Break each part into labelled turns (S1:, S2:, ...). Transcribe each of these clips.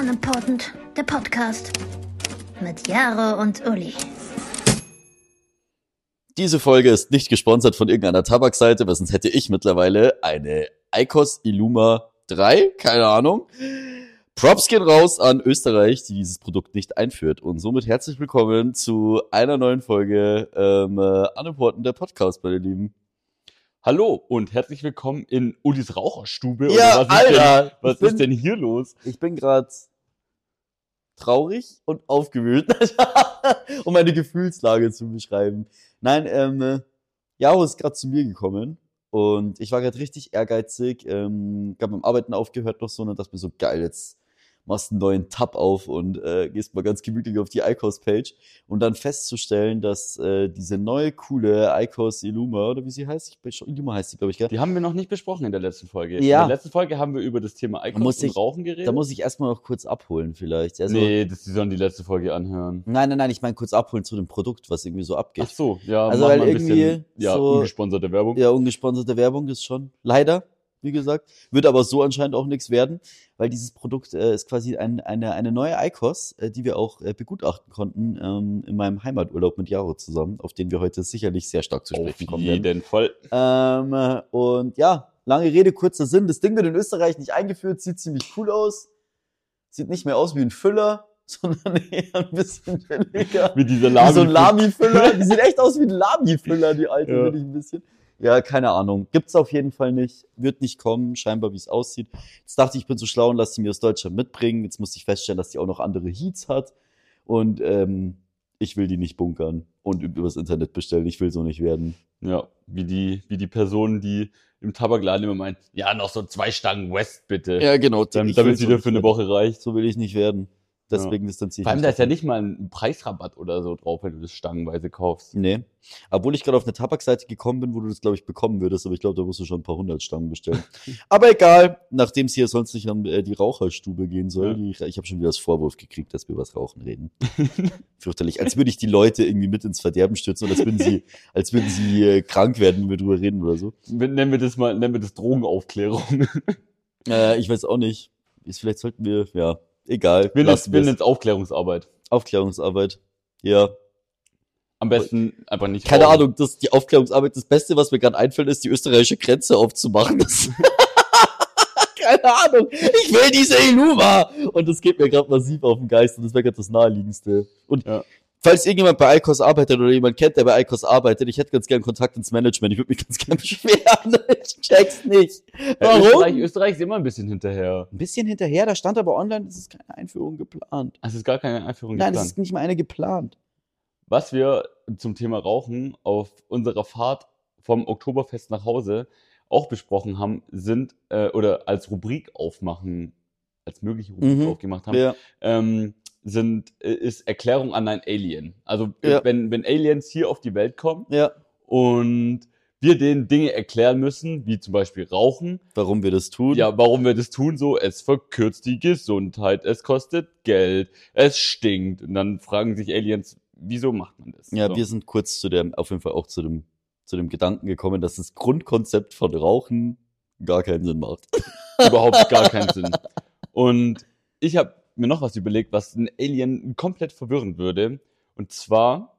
S1: Unimportant, der Podcast mit Jaro und Uli.
S2: Diese Folge ist nicht gesponsert von irgendeiner Tabakseite, weil sonst hätte ich mittlerweile eine Icos Illuma 3, keine Ahnung. Props gehen raus an Österreich, die dieses Produkt nicht einführt. Und somit herzlich willkommen zu einer neuen Folge ähm, äh, Unimportant, der Podcast, meine Lieben.
S3: Hallo und herzlich willkommen in Ulis Raucherstube.
S2: Ja,
S3: Oder was ist
S2: Alter,
S3: denn, was
S2: ich bin-
S3: ist denn hier los?
S2: Ich bin gerade traurig und aufgewühlt, um meine Gefühlslage zu beschreiben. Nein, ähm, Jaro ist gerade zu mir gekommen und ich war gerade richtig ehrgeizig. Ähm, hab beim Arbeiten aufgehört noch so und dann dachte mir so, geil, jetzt machst einen neuen Tab auf und äh, gehst mal ganz gemütlich auf die ICOS-Page und dann festzustellen, dass äh, diese neue coole ICOS Illuma, oder wie sie heißt, ich bin schon, Illuma heißt sie, glaube ich, gell?
S3: Die haben wir noch nicht besprochen in der letzten Folge.
S2: Ja.
S3: In der letzten Folge haben wir über das Thema
S2: muss
S3: Icons und
S2: ich-
S3: Rauchen geredet.
S2: Da muss ich erstmal noch kurz abholen vielleicht. Also,
S3: nee, das, die sollen die letzte Folge anhören.
S2: Nein, nein, nein, ich meine kurz abholen zu dem Produkt, was irgendwie so
S3: Ach
S2: abgeht.
S3: so, ja,
S2: Also,
S3: mach
S2: weil
S3: mal ein bisschen,
S2: irgendwie
S3: ja,
S2: so-
S3: ungesponserte Werbung.
S2: Ja, ungesponserte Werbung ist schon. Leider, wie gesagt. Wird aber so anscheinend auch nichts werden, weil dieses Produkt äh, ist quasi ein, eine, eine neue ICOS, äh, die wir auch äh, begutachten konnten ähm, in meinem Heimaturlaub mit Jaro zusammen, auf den wir heute sicherlich sehr stark zu
S3: Auf
S2: sprechen kommen werden.
S3: jeden Fall.
S2: Ähm, äh, und ja, lange Rede, kurzer Sinn. Das Ding wird in Österreich nicht eingeführt, sieht ziemlich cool aus. Sieht nicht mehr aus wie ein Füller, sondern eher ein bisschen billiger.
S3: Mit dieser
S2: Wie
S3: Lami.
S2: so ein Lami-Füller. Die sieht echt aus wie ein Lami-Füller, die alten,
S3: Ja.
S2: finde ich ein bisschen. Ja, keine Ahnung. Gibt's auf jeden Fall nicht. Wird nicht kommen, scheinbar, wie es aussieht. Jetzt dachte ich, ich bin so schlau und lass die mir aus Deutschland mitbringen. Jetzt musste ich feststellen, dass die auch noch andere Heats hat. Und ähm, ich will die nicht bunkern und übers Internet bestellen. Ich will so nicht werden.
S3: Ja, wie die, wie die Person, die im Tabakladen immer meint, ja, noch so zwei Stangen West bitte.
S2: genau.
S3: Damit damit es wieder für eine Woche reicht.
S2: So will ich nicht werden. Deswegen distanziere ich
S3: Vor allem,
S2: mich
S3: da ist ja
S2: davon.
S3: nicht mal ein Preisrabatt oder so drauf, wenn du das stangenweise kaufst.
S2: Nee. Obwohl ich gerade auf eine Tabakseite gekommen bin, wo du das, glaube ich, bekommen würdest, aber ich glaube, da musst du schon ein paar hundert Stangen bestellen. aber egal, nachdem es hier sonst nicht an äh, die Raucherstube gehen soll,
S3: Ja.
S2: die, ich, ich habe schon wieder das Vorwurf gekriegt, dass wir über das Rauchen reden. Fürchterlich. Als würde ich die Leute irgendwie mit ins Verderben stürzen und als würden sie, als würden sie äh, krank werden, wenn wir drüber reden oder so.
S3: Nennen wir das mal, nennen wir das Drogenaufklärung.
S2: Äh, ich weiß auch nicht. Ist, vielleicht sollten wir, ja, egal.
S3: Wir nennen es-
S2: lassen
S3: wir
S2: wir's.
S3: nennen es Aufklärungsarbeit.
S2: Aufklärungsarbeit. Ja,
S3: Am besten einfach nicht.
S2: Keine
S3: rauchen.
S2: Ahnung, das, die Aufklärungsarbeit, das Beste, was mir gerade einfällt, ist, die österreichische Grenze aufzumachen. Das Keine Ahnung, ich will diese Illuma. Und das geht mir gerade massiv auf den Geist und das wäre gerade das Naheliegendste. Und
S3: Ja.
S2: falls irgendjemand bei ICOS arbeitet oder jemand kennt, der bei ICOS arbeitet, ich hätte ganz gern Kontakt ins Management, ich würde mich ganz gern beschweren. Ich check's nicht.
S3: Ja, Äh, Österreich,
S2: Warum?
S3: Österreich ist immer ein bisschen hinterher.
S2: Ein bisschen hinterher, da stand aber online, es ist keine Einführung geplant.
S3: Also es ist gar keine Einführung
S2: Nein, es
S3: geplant.
S2: ist nicht mal eine geplant.
S3: Was wir zum Thema Rauchen auf unserer Fahrt vom Oktoberfest nach Hause auch besprochen haben, sind, äh, oder als Rubrik aufmachen, als mögliche Rubrik
S2: Mhm.
S3: aufgemacht haben,
S2: Ja.
S3: ähm, sind, äh, ist Erklärung an ein Alien. Also äh,
S2: Ja.
S3: wenn, wenn Aliens hier auf die Welt kommen
S2: ja.
S3: und wir denen Dinge erklären müssen, wie zum Beispiel Rauchen,
S2: Warum wir das tun?
S3: Ja, warum wir das tun so? Es verkürzt die Gesundheit, es kostet Geld, es stinkt. Und dann fragen sich Aliens, wieso macht man das?
S2: Ja,
S3: so.
S2: wir sind kurz zu dem, auf jeden Fall auch zu dem, zu dem Gedanken gekommen, dass das Grundkonzept von Rauchen gar keinen Sinn macht.
S3: überhaupt gar keinen Sinn. Und ich habe mir noch was überlegt, was einen Alien komplett verwirren würde. Und zwar,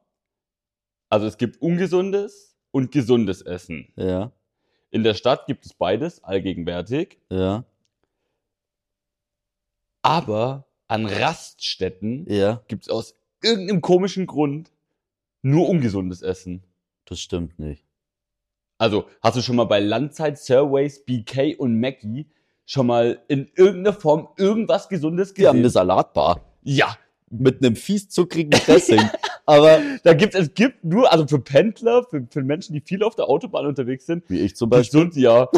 S3: also es gibt ungesundes und gesundes Essen.
S2: Ja,
S3: In der Stadt gibt es beides, allgegenwärtig.
S2: ja,
S3: Aber an Raststätten
S2: ja,
S3: gibt es aus irgendeinem komischen Grund nur ungesundes Essen.
S2: das stimmt nicht.
S3: Also, hast du schon mal bei Landzeit, Surways, BK und Mackie schon mal in irgendeiner Form irgendwas Gesundes
S2: Wir haben eine
S3: gesehen?
S2: Salatbar
S3: Ja,
S2: mit einem fies zuckrigen Dressing. aber
S3: da gibt es gibt nur, also für Pendler, für, für Menschen, die viel auf der Autobahn unterwegs sind,
S2: wie ich zum
S3: die
S2: Beispiel.
S3: sind ja.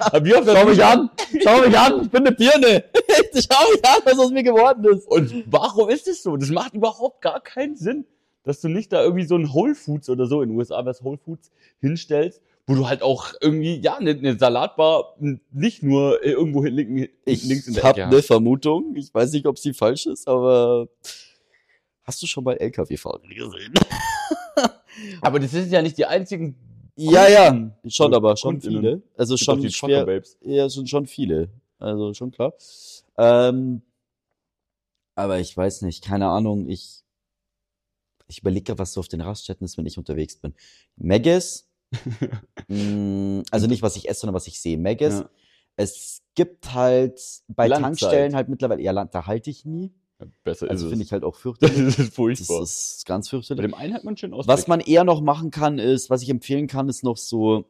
S3: Aber wie oft
S2: Schau mich an! Schau mich an! Ich bin eine Birne! Schau mich an, was aus mir geworden ist!
S3: Und warum ist es so? Das macht überhaupt gar keinen Sinn, dass du nicht da irgendwie so ein Whole Foods oder so in den USA, was Whole Foods hinstellst, wo du halt auch irgendwie, ja, eine ne Salatbar nicht nur äh, irgendwo hin- linken- links
S2: Ich
S3: in der
S2: habe
S3: Ecke
S2: eine Vermutung. Ich weiß nicht, ob sie falsch ist, aber hast du schon mal LKW-Fahrer gesehen?
S3: Aber das sind ja nicht die einzigen.
S2: Ja, ja,
S3: Kunden.
S2: schon, aber schon
S3: Kundinnen.
S2: viele. Also
S3: Es gibt auch
S2: schon
S3: die Trucker
S2: schwer,
S3: Babes.
S2: Ja, es sind schon viele. Also schon klar. Ähm, Aber ich weiß nicht, keine Ahnung, ich, ich überlege grad, was so auf den Raststätten ist, wenn ich unterwegs bin. Megges, mm, also nicht, was ich esse, sondern was ich sehe. Megges,
S3: Ja.
S2: es gibt halt bei
S3: Landzeit.
S2: Tankstellen halt mittlerweile, ja, Land, da halte ich nie.
S3: Besser
S2: Also
S3: ist
S2: finde
S3: es.
S2: ich halt auch
S3: das
S2: fürchterlich.
S3: ist
S2: Das
S3: furchtbar.
S2: ist ganz
S3: Bei
S2: fürchterlich.
S3: dem einen hat man schön aus.
S2: Was man eher noch machen kann, ist, was ich empfehlen kann, ist noch so,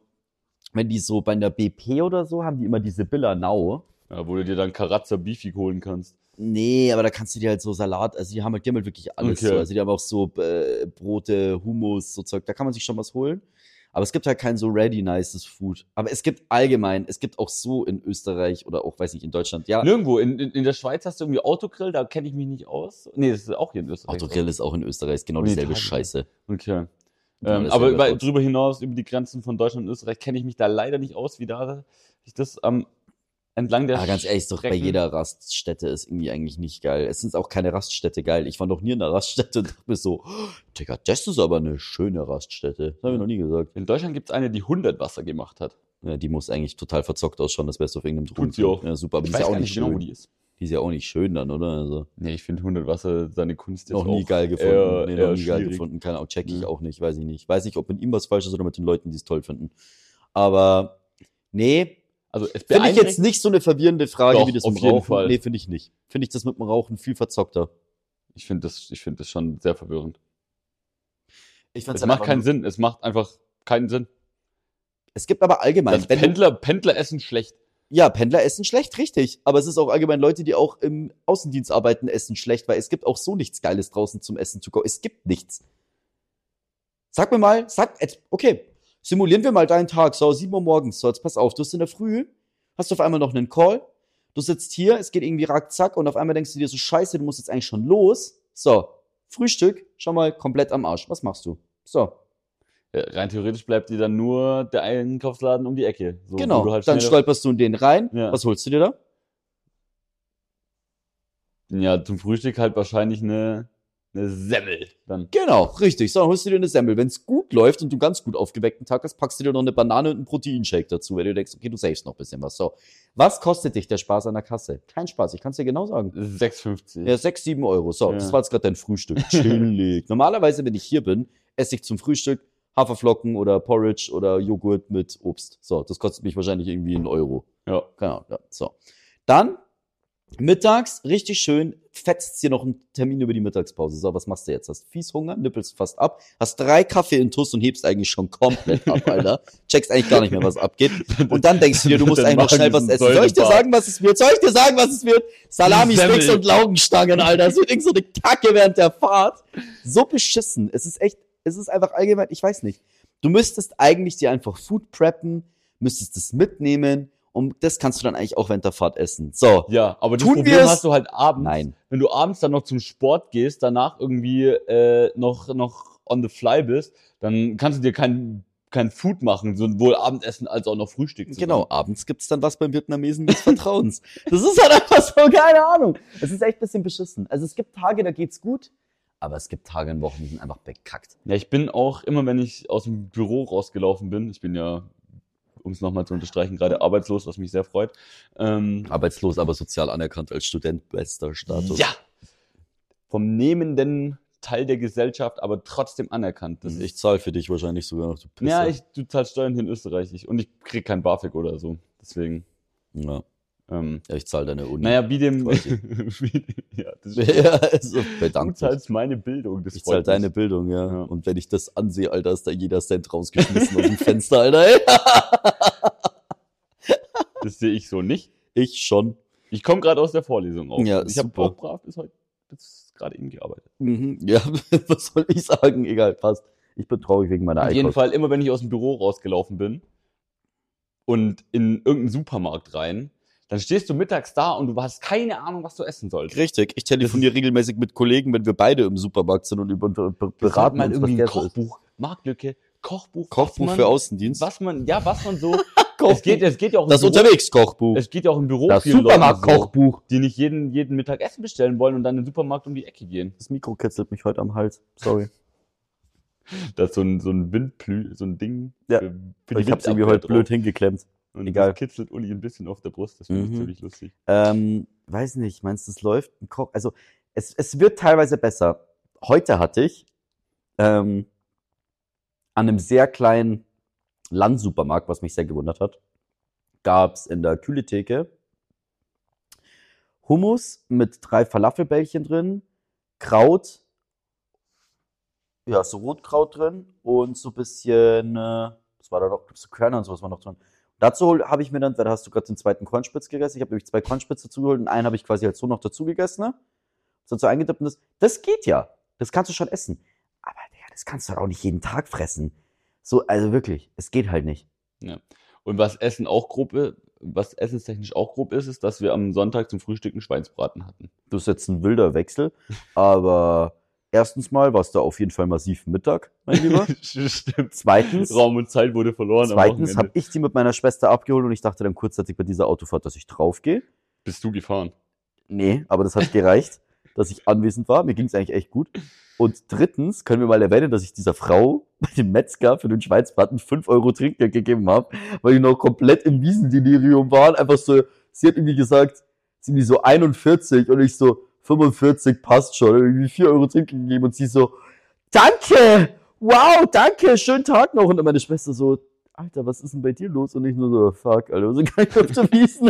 S2: wenn die so bei der BP oder so, haben die immer diese Billa Now.
S3: ja, wo du dir dann Karatzer Beefig holen kannst.
S2: Nee, aber da kannst du dir halt so Salat, also die haben halt, die haben halt wirklich alles
S3: Okay.
S2: so. Also die haben auch so äh, Brote, Hummus, so Zeug, da kann man sich schon was holen. Aber es gibt halt kein so ready nices Food. Aber es gibt allgemein, es gibt auch so in Österreich oder auch, weiß nicht, in Deutschland. Ja,
S3: Nirgendwo. In, in, in der Schweiz hast du irgendwie Autogrill, da kenne ich mich nicht aus. Nee, das ist auch hier in Österreich.
S2: Autogrill ist auch in Österreich, ist genau
S3: Und
S2: dieselbe
S3: Italien.
S2: Scheiße.
S3: Okay.
S2: Genau
S3: Ähm,
S2: dasselbe
S3: aber über,
S2: Rotz.
S3: drüber hinaus, über die Grenzen von Deutschland und Österreich, kenne ich mich da leider nicht aus, wie da ich das am entlang der.
S2: Aber Ah, ganz ehrlich, ist doch bei
S3: Strecken-
S2: jeder Raststätte ist irgendwie eigentlich nicht geil. Es sind auch keine Raststätte geil. Ich war noch nie in einer Raststätte und dachte mir so, oh, Digga, das ist aber eine schöne Raststätte. Das habe ich noch nie gesagt.
S3: In Deutschland gibt es eine, die 100 Wasser gemacht hat.
S2: Ja, die muss eigentlich total verzockt ausschauen, das wärst du auf irgendeinem
S3: Tut sie auch.
S2: Ja, super, aber
S3: ich
S2: die ist
S3: weiß
S2: ja auch
S3: gar
S2: nicht
S3: genau, wo
S2: schön.
S3: die ist.
S2: Die ist ja auch nicht schön dann, oder? Also,
S3: Nee, ich finde 100 Wasser, seine Kunst ist
S2: noch nie
S3: auch
S2: geil gefunden.
S3: eher-
S2: nee,
S3: eher
S2: noch nie geil
S3: schwierig.
S2: gefunden. Keine Ahnung, check ich
S3: Mhm.
S2: auch nicht, weiß ich nicht. Weiß nicht, ob mit ihm was falsch ist oder mit den Leuten, die es toll finden. Aber nee,
S3: Also es
S2: finde ich
S3: beeinträchtigt-
S2: jetzt nicht so eine verwirrende Frage,
S3: Doch,
S2: wie das
S3: auf
S2: mit dem
S3: jeden
S2: Rauchen.
S3: Fall.
S2: Nee, finde ich nicht. Finde ich das mit dem Rauchen viel verzockter.
S3: Ich finde das, ich find das schon sehr verwirrend.
S2: Ich
S3: Es macht keinen Sinn. Es macht einfach keinen Sinn.
S2: Es gibt aber allgemein,
S3: Das
S2: wenn du-
S3: Pendler, Pendler essen schlecht.
S2: Ja, Pendler essen schlecht, richtig. Aber es ist auch allgemein Leute, die auch im Außendienst arbeiten, essen schlecht, weil es gibt auch so nichts Geiles draußen zum Essen zu kaufen. Es gibt nichts. Sag mir mal, sag, et- okay, simulieren wir mal deinen Tag, so 7 Uhr morgens, so jetzt pass auf, du hast in der Früh, hast auf einmal noch einen Call, du sitzt hier, es geht irgendwie rack, zack und auf einmal denkst du dir so, scheiße, du musst jetzt eigentlich schon los. So, Frühstück, schon mal komplett am Arsch. Was machst du? So,
S3: Ja, Rein theoretisch bleibt dir dann nur der Einkaufsladen um die Ecke. So, wo
S2: genau,
S3: du halt
S2: dann
S3: schnell-
S2: stolperst du in den rein,
S3: Ja.
S2: was holst du dir da?
S3: Ja, zum Frühstück halt wahrscheinlich eine, eine Semmel. Dann.
S2: Genau, richtig. So, dann holst du dir eine Semmel. Wenn es gut läuft und du einen ganz gut aufgeweckten Tag hast, packst du dir noch eine Banane und einen Proteinshake dazu, weil du denkst, okay, du savest noch ein bisschen was. So, was kostet dich der Spaß an der Kasse? Kein Spaß, ich kann es dir genau sagen.
S3: 6,50.
S2: Ja, 6, 7 Euro. So,
S3: Ja.
S2: das war jetzt gerade dein Frühstück. Chillig. Normalerweise, wenn ich hier bin, esse ich zum Frühstück Haferflocken oder Porridge oder Joghurt mit Obst. So, das kostet mich wahrscheinlich irgendwie einen Euro.
S3: Ja. genau.
S2: Keine Ahnung, Genau, ja, so. Dann mittags, richtig schön, fetzt dir noch einen Termin über die Mittagspause. So, was machst du jetzt? Hast fies Hunger, nippelst fast ab, hast drei Kaffee in Tuss und hebst eigentlich schon komplett ab, Alter. Checkst eigentlich gar nicht mehr, was abgeht. Und dann denkst du dir, du musst
S3: Dann
S2: eigentlich noch
S3: machen
S2: schnell was
S3: diesen
S2: essen. Soll ich dir
S3: Säurebad.
S2: sagen, was es wird? Soll ich dir sagen, was es wird? Salami,
S3: Semmel.
S2: Sticks und Laugenstangen, Alter. Es wird irgend so eine Kacke während der Fahrt. So beschissen. Es ist echt, es ist einfach allgemein, ich weiß nicht. Du müsstest eigentlich dir einfach Food preppen, müsstest es mitnehmen und das kannst du dann eigentlich auch während der Fahrt essen. So.
S3: Ja, aber das
S2: Tun
S3: Problem
S2: wir's?
S3: hast du halt abends.
S2: Nein.
S3: Wenn du abends dann noch zum Sport gehst, danach irgendwie äh, noch, noch on the fly bist, dann kannst du dir kein, kein Food machen, sowohl Abendessen als auch noch Frühstück. zusammen.
S2: Genau, abends gibt's dann was beim Vietnamesen des Vertrauens. Das ist halt einfach so, keine Ahnung. Es ist echt ein bisschen beschissen. Also es gibt Tage, da geht's gut, aber es gibt Tage und Wochen, die sind einfach bekackt.
S3: Ja, ich bin auch immer, wenn ich aus dem Büro rausgelaufen bin, ich bin ja, um es nochmal zu unterstreichen, gerade arbeitslos, was mich sehr freut. Ähm,
S2: Arbeitslos, aber sozial anerkannt als Student, bester Status.
S3: ja! Vom nehmenden Teil der Gesellschaft, aber trotzdem anerkannt. Das
S2: Ich zahle für dich wahrscheinlich sogar noch, Mhm. du Pisser.
S3: ja, ich, du zahlst Steuern hier in Österreich ich, und ich krieg kein BAföG oder so. Deswegen,
S2: ja,
S3: ähm,
S2: ja, ich zahle deine Uni.
S3: naja, wie dem,
S2: quasi.
S3: wie, dem- ja, das ist,
S2: ja, also,
S3: du
S2: bedankt mich.
S3: zahlst meine Bildung, das
S2: Ich zahl
S3: freut
S2: deine
S3: mich.
S2: Bildung, ja.
S3: Ja.
S2: Und wenn ich das ansehe, Alter, ist da jeder Cent rausgeschmissen aus dem Fenster, Alter. ey.
S3: Das sehe ich so nicht.
S2: Ich schon.
S3: Ich komme gerade aus der Vorlesung auf.
S2: Ja,
S3: ich habe
S2: super.
S3: auch brav bis heute, bis gerade eben gearbeitet.
S2: Mhm. Ja, was soll ich sagen? Egal, passt. Ah, Ich bin traurig wegen meiner
S3: Auf jeden
S2: Einkaufs-
S3: Fall, immer wenn ich aus dem Büro rausgelaufen bin und in irgendeinen Supermarkt rein, dann stehst du mittags da und du hast keine Ahnung, was du essen sollst.
S2: Richtig, ich telefoniere regelmäßig mit Kollegen, wenn wir beide im Supermarkt sind und über, be- be-
S3: Wir sollten
S2: beraten
S3: mal
S2: uns, was
S3: irgendwie ein
S2: der so ist.
S3: Kochbuch, Marktlücke, Kochbuch.
S2: Kochbuch
S3: was
S2: für
S3: man,
S2: Außendienst.
S3: Was man, ja, was man so,
S2: Kochbuch.
S3: es geht, es geht ja auch
S2: das
S3: im Büro,
S2: Unterwegskochbuch.
S3: es geht ja auch im Büro
S2: Das
S3: vielen Leuten
S2: Supermarktkochbuch.
S3: so, die nicht jeden, jeden Mittag Essen bestellen wollen und dann in den Supermarkt um die Ecke gehen.
S2: Das Mikro kitzelt mich heute am Hals. Sorry.
S3: Da ist so ein, so ein Windplü, so ein Ding.
S2: Ja,
S3: für- für die
S2: Ich hab's irgendwie
S3: Windabwehr
S2: heute
S3: drauf.
S2: blöd hingeklemmt.
S3: Und
S2: Egal.
S3: das kitzelt Uli ein bisschen auf der Brust, das finde ich
S2: Mhm.
S3: ziemlich lustig.
S2: Ähm, weiß nicht, meinst du, es läuft? Ein Koch, also es, es wird teilweise besser. Heute hatte ich ähm, an einem sehr kleinen Landsupermarkt, was mich sehr gewundert hat, gab's in der Kühletheke Hummus mit drei Falafelbällchen drin, Kraut, ja, so Rotkraut drin und so ein bisschen, äh, was war da noch, so Körner und sowas war noch drin. Dazu hol- habe ich mir dann, weil da hast du gerade den zweiten Kornspitz gegessen, ich habe nämlich zwei Kornspitze zugeholt und einen habe ich quasi halt so noch dazu gegessen, ne? So zu eingedippt und das, das geht ja. Das kannst du schon essen. Aber Digga, das kannst du doch auch nicht jeden Tag fressen. So, also wirklich, es geht halt nicht.
S3: Und was Essen auch grob ist, was essenstechnisch auch grob ist, ist, dass wir am Sonntag zum Frühstück einen Schweinsbraten hatten.
S2: Das ist jetzt ein wilder Wechsel, aber erstens mal warst du auf jeden Fall massiv Mittag, mein Lieber.
S3: Stimmt.
S2: Zweitens,
S3: Raum und Zeit wurde verloren
S2: zweitens
S3: am
S2: habe
S3: Wochenende.
S2: ich die mit meiner Schwester abgeholt und ich dachte dann kurzzeitig bei dieser Autofahrt, dass ich draufgehe.
S3: Bist du gefahren?
S2: Nee, aber das hat gereicht, dass ich anwesend war. Mir ging es eigentlich echt gut. Und drittens können wir mal erwähnen, dass ich dieser Frau bei dem Metzger für den Schweizbraten 5 Euro Trinkgeld gegeben habe, weil die noch komplett im Wiesendelirium waren. Einfach so, sie hat irgendwie gesagt, sie irgendwie so 41 und ich so 45 passt schon. Und irgendwie 4 Euro Trinkgeld gegeben und sie so, danke, wow, danke, schönen Tag noch. Und meine Schwester so, Alter, was ist denn bei dir los? Und ich nur so, fuck, Alter, so kann ich auf der Wiesen.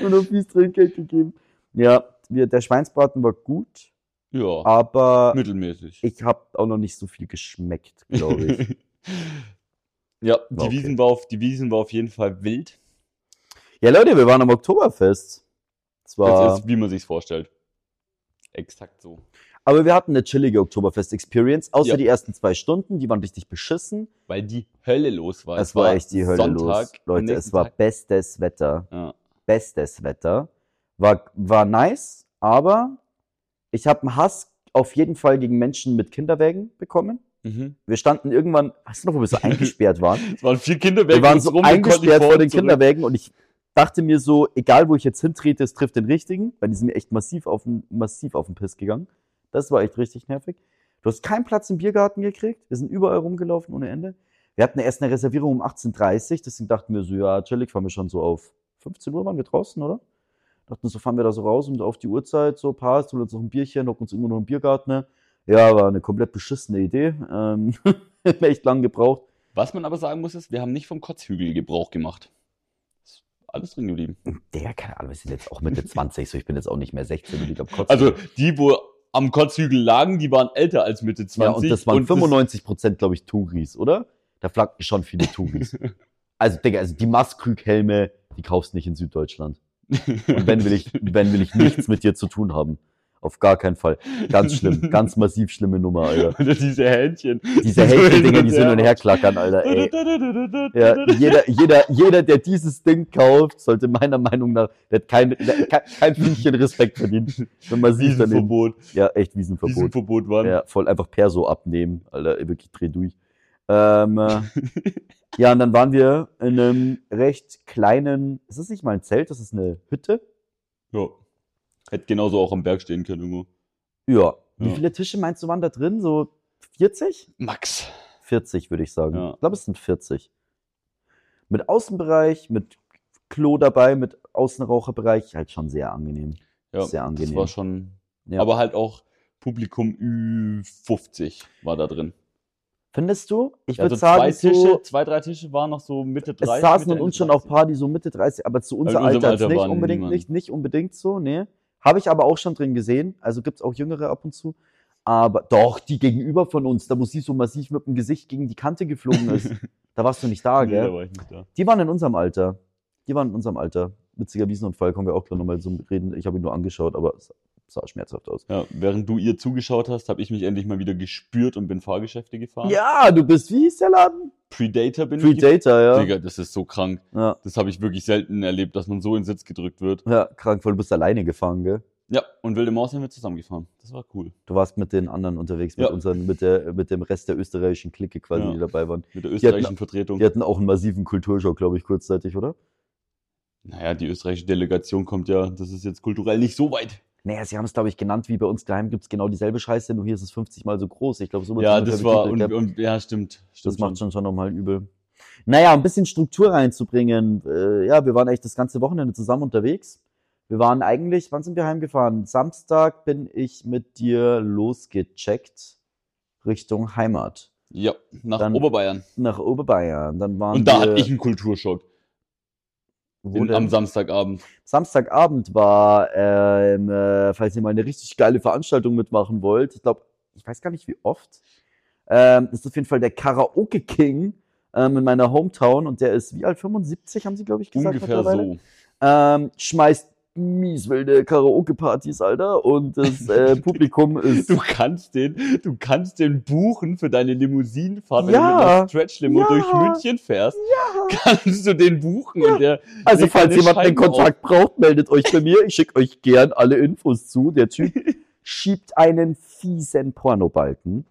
S2: nur noch fies Trinkgeld gegeben. Ja, wir, der Schweinsbraten war gut,
S3: Ja.
S2: aber
S3: Mittelmäßig.
S2: Ah. ich habe auch noch nicht so viel geschmeckt, glaube ich.
S3: ja, die,
S2: okay.
S3: Wiesen war auf, die Wiesen war auf jeden Fall wild.
S2: ja, Leute, wir waren am Oktoberfest. Es
S3: Das
S2: war,
S3: ist, wie man sich's vorstellt. Exakt so.
S2: aber wir hatten eine chillige Oktoberfest-Experience, außer
S3: Ja.
S2: die ersten zwei Stunden, die waren richtig beschissen.
S3: Weil die Hölle los war.
S2: es war echt die Hölle los.
S3: Sonntag, am
S2: Leute,
S3: nächsten
S2: es war
S3: Tag-
S2: bestes Wetter.
S3: Ja.
S2: Bestes Wetter. War, war nice, aber ich habe einen Hass auf jeden Fall gegen Menschen mit Kinderwägen bekommen.
S3: Mhm.
S2: Wir standen irgendwann, weißt du noch, wo wir so eingesperrt waren?
S3: Es waren vier Kinder
S2: Wir waren so
S3: rum, konnten
S2: eingesperrt
S3: vor
S2: vor
S3: und
S2: den
S3: zurück.
S2: Kinderwägen und ich dachte mir so, egal wo ich jetzt hintrete, es trifft den richtigen, weil die sind mir echt massiv auf den, massiv auf den Piss gegangen. Das war echt richtig nervig. Du hast keinen Platz im Biergarten gekriegt. Wir sind überall rumgelaufen ohne Ende. Wir hatten erst eine Reservierung um 18.30 Uhr, deswegen dachten wir so, ja, chillig, fahren wir schon so auf 15 Uhr, waren wir draußen, oder? Dachten so, fahren wir da so raus und auf die Uhrzeit, so passt, holen uns noch ein Bierchen, hocken uns irgendwo noch im Biergarten. ne? Ja, war eine komplett beschissene Idee. Ähm, hat mir echt lang gebraucht.
S3: Was man aber sagen muss, ist, wir haben nicht vom Kotzhügel Gebrauch gemacht. Ist alles drin geblieben.
S2: Digga, keine Ahnung, wir sind jetzt auch Mitte 20, so ich bin jetzt auch nicht mehr 16 und ich glaube kurz.
S3: Also die, wo am Kotzhügel lagen, die waren älter als Mitte 20.
S2: ja, und das waren
S3: das-
S2: 95 Prozent, glaube ich, Touris, oder? Da flaggten schon viele Touris. also, Digga, also die Maskrüg-Helme, die kaufst du nicht in Süddeutschland. Und wenn will ich, wenn will ich nichts mit dir zu tun haben. Auf gar keinen Fall. Ganz schlimm, ganz massiv schlimme Nummer, Alter.
S3: Oder diese Händchen.
S2: Diese Hälfte-Dinger, die sind und herklackern, Alter, ey. Ja, jeder, jeder, jeder, der dieses Ding kauft, sollte meiner Meinung nach, der hat kein, der, kein, kein Fünkchen Respekt verdient. Wenn man sieht, dann eben-
S3: Wiesenverbot.
S2: Ja, echt Wiesenverbot.
S3: Wiesenverbot waren.
S2: Ja, voll einfach Perso abnehmen, Alter, wirklich dreh durch. Ähm, äh, ja, und dann waren wir in einem recht kleinen, ist das nicht mal ein Zelt, das ist eine Hütte?
S3: Ja. Hätte genauso auch am Berg stehen können, Junge.
S2: Ja. Wie
S3: Ja.
S2: viele Tische meinst du waren da drin? So 40?
S3: Max.
S2: 40 würde ich sagen.
S3: Ja.
S2: Ich glaube, es sind 40. Mit Außenbereich, mit Klo dabei, mit Außenraucherbereich, halt schon sehr angenehm.
S3: Ja,
S2: Sehr angenehm.
S3: Das war schon.
S2: Ja.
S3: Aber halt auch Publikum Ü50 war da drin.
S2: Findest du? Ich würde
S3: Also
S2: sagen,
S3: zwei
S2: so,
S3: Tische, zwei, drei Tische waren noch so Mitte 30.
S2: Es saßen
S3: Mitte
S2: und uns
S3: Ende
S2: schon auf
S3: 30.
S2: Party so Mitte 30, aber zu unser
S3: Also in unserem
S2: Alter, jetzt
S3: Alter
S2: nicht
S3: waren
S2: unbedingt,
S3: niemand.
S2: nicht, nicht unbedingt so, nee. Habe ich aber auch schon drin gesehen. Also gibt's auch Jüngere ab und zu. Aber doch, die gegenüber von uns, da wo sie so massiv mit dem Gesicht gegen die Kante geflogen ist. da warst du nicht da,
S3: Nee, da
S2: gell?
S3: war ich nicht da.
S2: Die waren in unserem Alter. Die waren in unserem Alter. Witziger Wiesenunfall, können wir auch gleich nochmal so reden. Ich habe ihn nur angeschaut, aber es sah schmerzhaft aus.
S3: Ja, während du ihr zugeschaut hast, habe ich mich endlich mal wieder gespürt und bin Fahrgeschäfte gefahren.
S2: Ja, du bist, wie hieß der Laden?
S3: Predator bin ich.
S2: Predator, ja.
S3: Digga, das ist so krank.
S2: ja.
S3: Das habe ich wirklich selten erlebt, dass man so in den Sitz gedrückt wird.
S2: Ja, krank, voll, du bist alleine gefahren, gell?
S3: Ja, und Wilde Maus haben wir zusammengefahren. Das war cool.
S2: Du warst mit den anderen unterwegs, mit
S3: Ja.
S2: unseren, mit der, mit dem Rest der österreichischen Clique quasi,
S3: Ja.
S2: die dabei waren.
S3: Mit der österreichischen Vertretung.
S2: Die hatten auch einen massiven Kulturschock, glaube ich, kurzzeitig, oder?
S3: Naja, die österreichische Delegation kommt ja, das ist jetzt kulturell nicht so weit.
S2: Naja, sie haben es, glaube ich, genannt, wie bei uns daheim gibt es genau dieselbe Scheiße, nur hier ist es 50 Mal so groß. Ich glaube, so wird's
S3: Ja,
S2: ungefähr
S3: das war, und,
S2: betitelt gehabt.
S3: und ja, stimmt. stimmt
S2: das macht schon schon nochmal übel. Naja, ein bisschen Struktur reinzubringen. Äh, ja, wir waren echt das ganze Wochenende zusammen unterwegs. Wir waren eigentlich, wann sind wir heimgefahren? Samstag bin ich mit dir losgecheckt Richtung Heimat.
S3: Ja, nach
S2: Dann-
S3: Oberbayern.
S2: Nach Oberbayern. Dann waren
S3: Und da
S2: wir,
S3: hatte ich einen Kulturschock
S2: wo
S3: in,
S2: denn?
S3: am Samstagabend.
S2: Samstagabend war, ähm, äh, falls ihr mal eine richtig geile Veranstaltung mitmachen wollt, ich glaube, ich weiß gar nicht wie oft, ähm, ist auf jeden Fall der Karaoke King ähm, in meiner Hometown und der ist wie alt? 75 haben sie, glaube ich, gesagt.
S3: Ungefähr
S2: mittlerweile.
S3: so.
S2: Ähm, schmeißt mies wilde Karaoke-Partys, Alter, und das äh, Publikum ist.
S3: Du kannst den, du kannst den buchen für deine Limousinenfahrt, wenn
S2: Ja.
S3: du mit einer Stretch-Limo
S2: Ja.
S3: durch München fährst. Ja. Kannst du den buchen und der
S2: Also,
S3: leg
S2: falls
S3: deine
S2: jemand einen
S3: Scheiben auf.
S2: Kontakt braucht, meldet euch bei mir. Ich schicke euch gern alle Infos zu. Der Typ schiebt einen fiesen Pornobalken.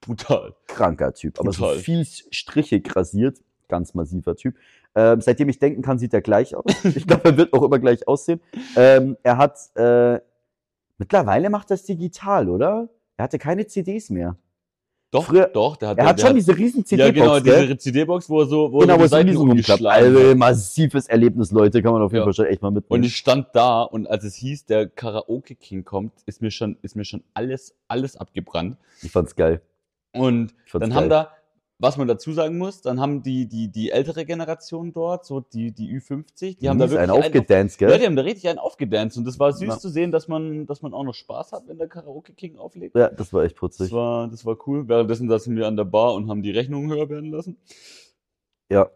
S3: brutal.
S2: kranker Typ, aber so
S3: Total.
S2: fies strichig rasiert, ganz massiver Typ. Ähm, seitdem ich denken kann, sieht er gleich aus. Ich glaube, er wird auch immer gleich aussehen. Ähm, er hat, äh, mittlerweile macht das digital, oder? Er hatte keine CDs mehr.
S3: Doch,
S2: Früher-
S3: doch, der hat,
S2: Er
S3: der,
S2: hat
S3: der
S2: schon diese riesen
S3: ja,
S2: CD-Box,
S3: genau,
S2: gell?
S3: diese CD-Box, wo er so, wo
S2: Genau,
S3: er
S2: wo
S3: so
S2: es
S3: Seiten
S2: Riesen rumklappt.
S3: umgeschlagen hat.
S2: Also, massives Erlebnis, Leute, kann man auf jeden
S3: Ja.
S2: Fall schon echt mal mitnehmen.
S3: Und ich stand da und als es hieß, der Karaoke King kommt, ist mir schon, ist mir schon alles, alles abgebrannt.
S2: ich fand's geil.
S3: Und
S2: Ich fand's
S3: dann
S2: geil.
S3: haben da, was man dazu sagen muss, dann haben die, die, die ältere Generation dort, so die, die Ü50, die haben da
S2: Mies,
S3: wirklich
S2: einen
S3: einen auf-
S2: aufgedanced,
S3: ja, die
S2: gell?
S3: haben da richtig einen aufgedanced und das war süß
S2: Ja.
S3: zu sehen, dass man, dass man auch noch Spaß hat, wenn der Karaoke King auflegt.
S2: Ja, das war echt
S3: Das
S2: putzig.
S3: war, das war cool. Währenddessen saßen wir an der Bar und haben die Rechnung höher werden lassen.
S2: Ja,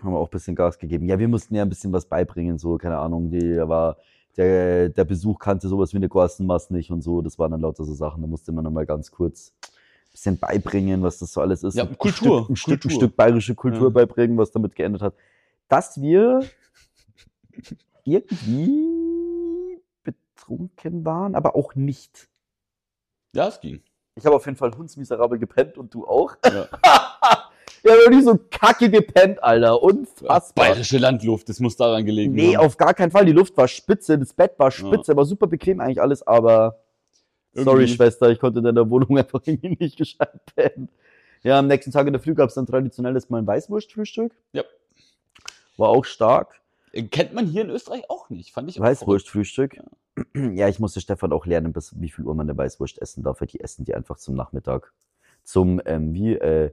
S2: haben wir auch ein bisschen Gas gegeben. Ja, wir mussten ja ein bisschen was beibringen, so, keine Ahnung, die war, der, der Besuch kannte sowas wie eine Gorstenmaß nicht und so, das waren dann lauter so Sachen, da musste man dann mal ganz kurz ein bisschen beibringen, was das so alles ist.
S3: Ja,
S2: Ein
S3: Kultur,
S2: Stück, ein, Stück, ein
S3: Kultur.
S2: Stück bayerische Kultur
S3: Ja.
S2: beibringen, was damit geändert hat. Dass wir irgendwie betrunken waren, aber auch nicht.
S3: Ja, es ging.
S2: Ich habe auf jeden Fall hundsmiserabel gepennt und du auch.
S3: Ja.
S2: Ja, wirklich so kacke gepennt, Alter. Unfassbar.
S3: Bayerische Landluft, das muss daran gelegen
S2: Nee,
S3: haben.
S2: auf gar keinen Fall. Die Luft war spitze, das Bett war spitze, war super bequem eigentlich alles, aber sorry,
S3: Irgendwie-
S2: Schwester, ich konnte in deiner Wohnung einfach irgendwie nicht gescheit pennen. Ja, am nächsten Tag in der Früh gab es dann traditionelles Mal ein Weißwurstfrühstück.
S3: Ja.
S2: War auch stark.
S3: Äh, Kennt man hier in Österreich auch nicht, fand ich auch verrückt.
S2: Weißwurstfrühstück. Ja, ich musste Stefan auch lernen, bis wie viel Uhr man eine Weißwurst essen darf, weil die essen die einfach zum Nachmittag. Zum, ähm, wie, äh,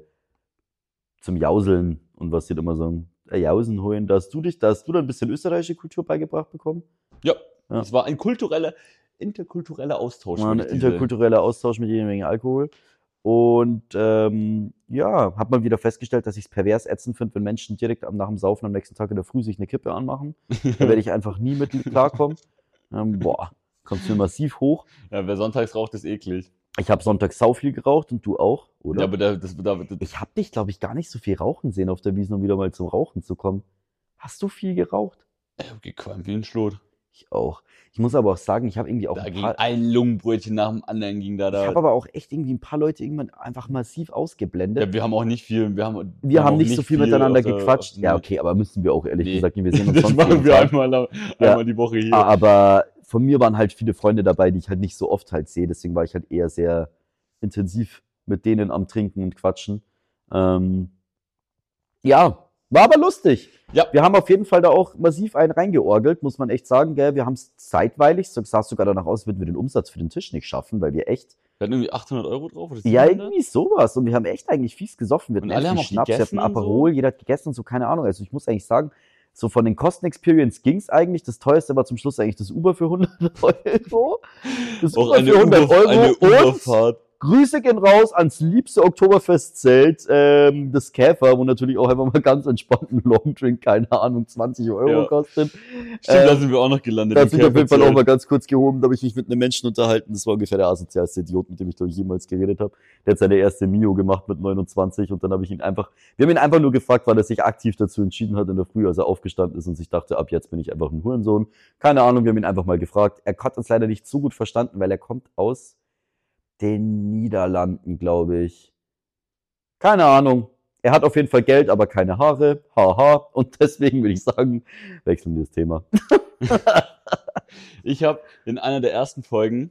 S2: zum Jauseln und was die da immer sagen. Äh, Jausen holen. Da hast du dich, da hast du dann ein bisschen österreichische Kultur beigebracht bekommen.
S3: Ja,
S2: Ja.
S3: es war ein kultureller, interkultureller Austausch.
S2: War ein
S3: würde ich diese-
S2: interkultureller Austausch mit jede Menge Alkohol. Und ähm, ja, hat man wieder festgestellt, dass ich es pervers ätzend finde, wenn Menschen direkt am, nach dem Saufen am nächsten Tag in der Früh sich eine Kippe anmachen. Da werde ich einfach nie mit klarkommen. Ähm, boah, kommst mir massiv hoch.
S3: Ja, wer sonntags raucht, ist eklig.
S2: Ich habe sonntags sau viel geraucht und du auch, oder?
S3: Ja, aber da, das, da, das,
S2: ich habe dich, glaube ich, gar nicht so viel rauchen sehen auf der Wiesn, um wieder mal zum Rauchen zu kommen. Hast du viel geraucht?
S3: ich hab gequalmt wie ein Schlot.
S2: Ich auch. Ich muss aber auch sagen, ich habe irgendwie auch
S3: Da
S2: ein
S3: ging
S2: paar-
S3: ein Lungenbrötchen nach dem anderen, ging da
S2: Ich
S3: da.
S2: habe aber auch echt irgendwie ein paar Leute irgendwann einfach massiv ausgeblendet.
S3: Ja, wir haben auch nicht viel. Wir haben,
S2: Wir haben
S3: auch
S2: nicht so viel miteinander
S3: auf der-
S2: gequatscht.
S3: auf-
S2: Ja, okay, aber müssen wir auch ehrlich
S3: Nee.
S2: gesagt, nicht. wir sehen uns
S3: Das
S2: sonst
S3: machen
S2: jeden
S3: wir
S2: Tag.
S3: einmal, am-
S2: Ja.
S3: einmal die Woche hier.
S2: Ah, Aber von mir waren halt viele Freunde dabei, die ich halt nicht so oft halt sehe. Deswegen war ich halt eher sehr intensiv mit denen am Trinken und Quatschen. Ähm, ja, war aber lustig.
S3: Ja.
S2: Wir haben auf jeden Fall da auch massiv einen reingeorgelt, muss man echt sagen. Gell? Wir haben es zeitweilig, so sah es sogar danach aus, würden wir den Umsatz für den Tisch nicht schaffen, weil wir echt,
S3: Wir hatten irgendwie 800 Euro drauf. Oder
S2: ja
S3: 700?
S2: irgendwie sowas. Und wir haben echt eigentlich fies gesoffen. Wir hatten
S3: Und alle
S2: echt
S3: haben
S2: viel
S3: auch
S2: Schnaps, wir hatten
S3: gegessen und so?
S2: Aperol, jeder hat gegessen und so, keine Ahnung. Also ich muss eigentlich sagen, so von den Kosten-Experience ging's eigentlich. Das teuerste war zum Schluss eigentlich das Uber für 100 Euro. Das
S3: Auch
S2: Uber
S3: eine,
S2: für 100
S3: Uber, eine
S2: Euro. Und
S3: Uberfahrt.
S2: Grüße gehen raus ans liebste Oktoberfestzelt ähm, des Käfer, wo natürlich auch einfach mal ganz entspannt ein Longdrink, keine Ahnung, 20 Euro
S3: Ja.
S2: kostet.
S3: Stimmt, da sind wir auch noch gelandet.
S2: äh, Da
S3: im
S2: hat sich auf jeden Fall auch
S3: Kerkerzelt.
S2: mal ganz kurz gehoben, da habe ich mich mit einem Menschen unterhalten. Das war ungefähr der asozialste Idiot, mit dem ich, glaube ich, jemals geredet habe. Der hat seine erste Mio gemacht mit 29 und dann habe ich ihn einfach, wir haben ihn einfach nur gefragt, weil er sich aktiv dazu entschieden hat in der Früh, als er aufgestanden ist und sich dachte, ab jetzt bin ich einfach ein Hurensohn. Keine Ahnung, wir haben ihn einfach mal gefragt. Er hat uns leider nicht so gut verstanden, weil er kommt aus den Niederlanden, glaube ich. Keine Ahnung. Er hat auf jeden Fall Geld, aber keine Haare. Haha. Und deswegen würde ich sagen, wechseln wir das Thema.
S3: Ich habe in einer der ersten Folgen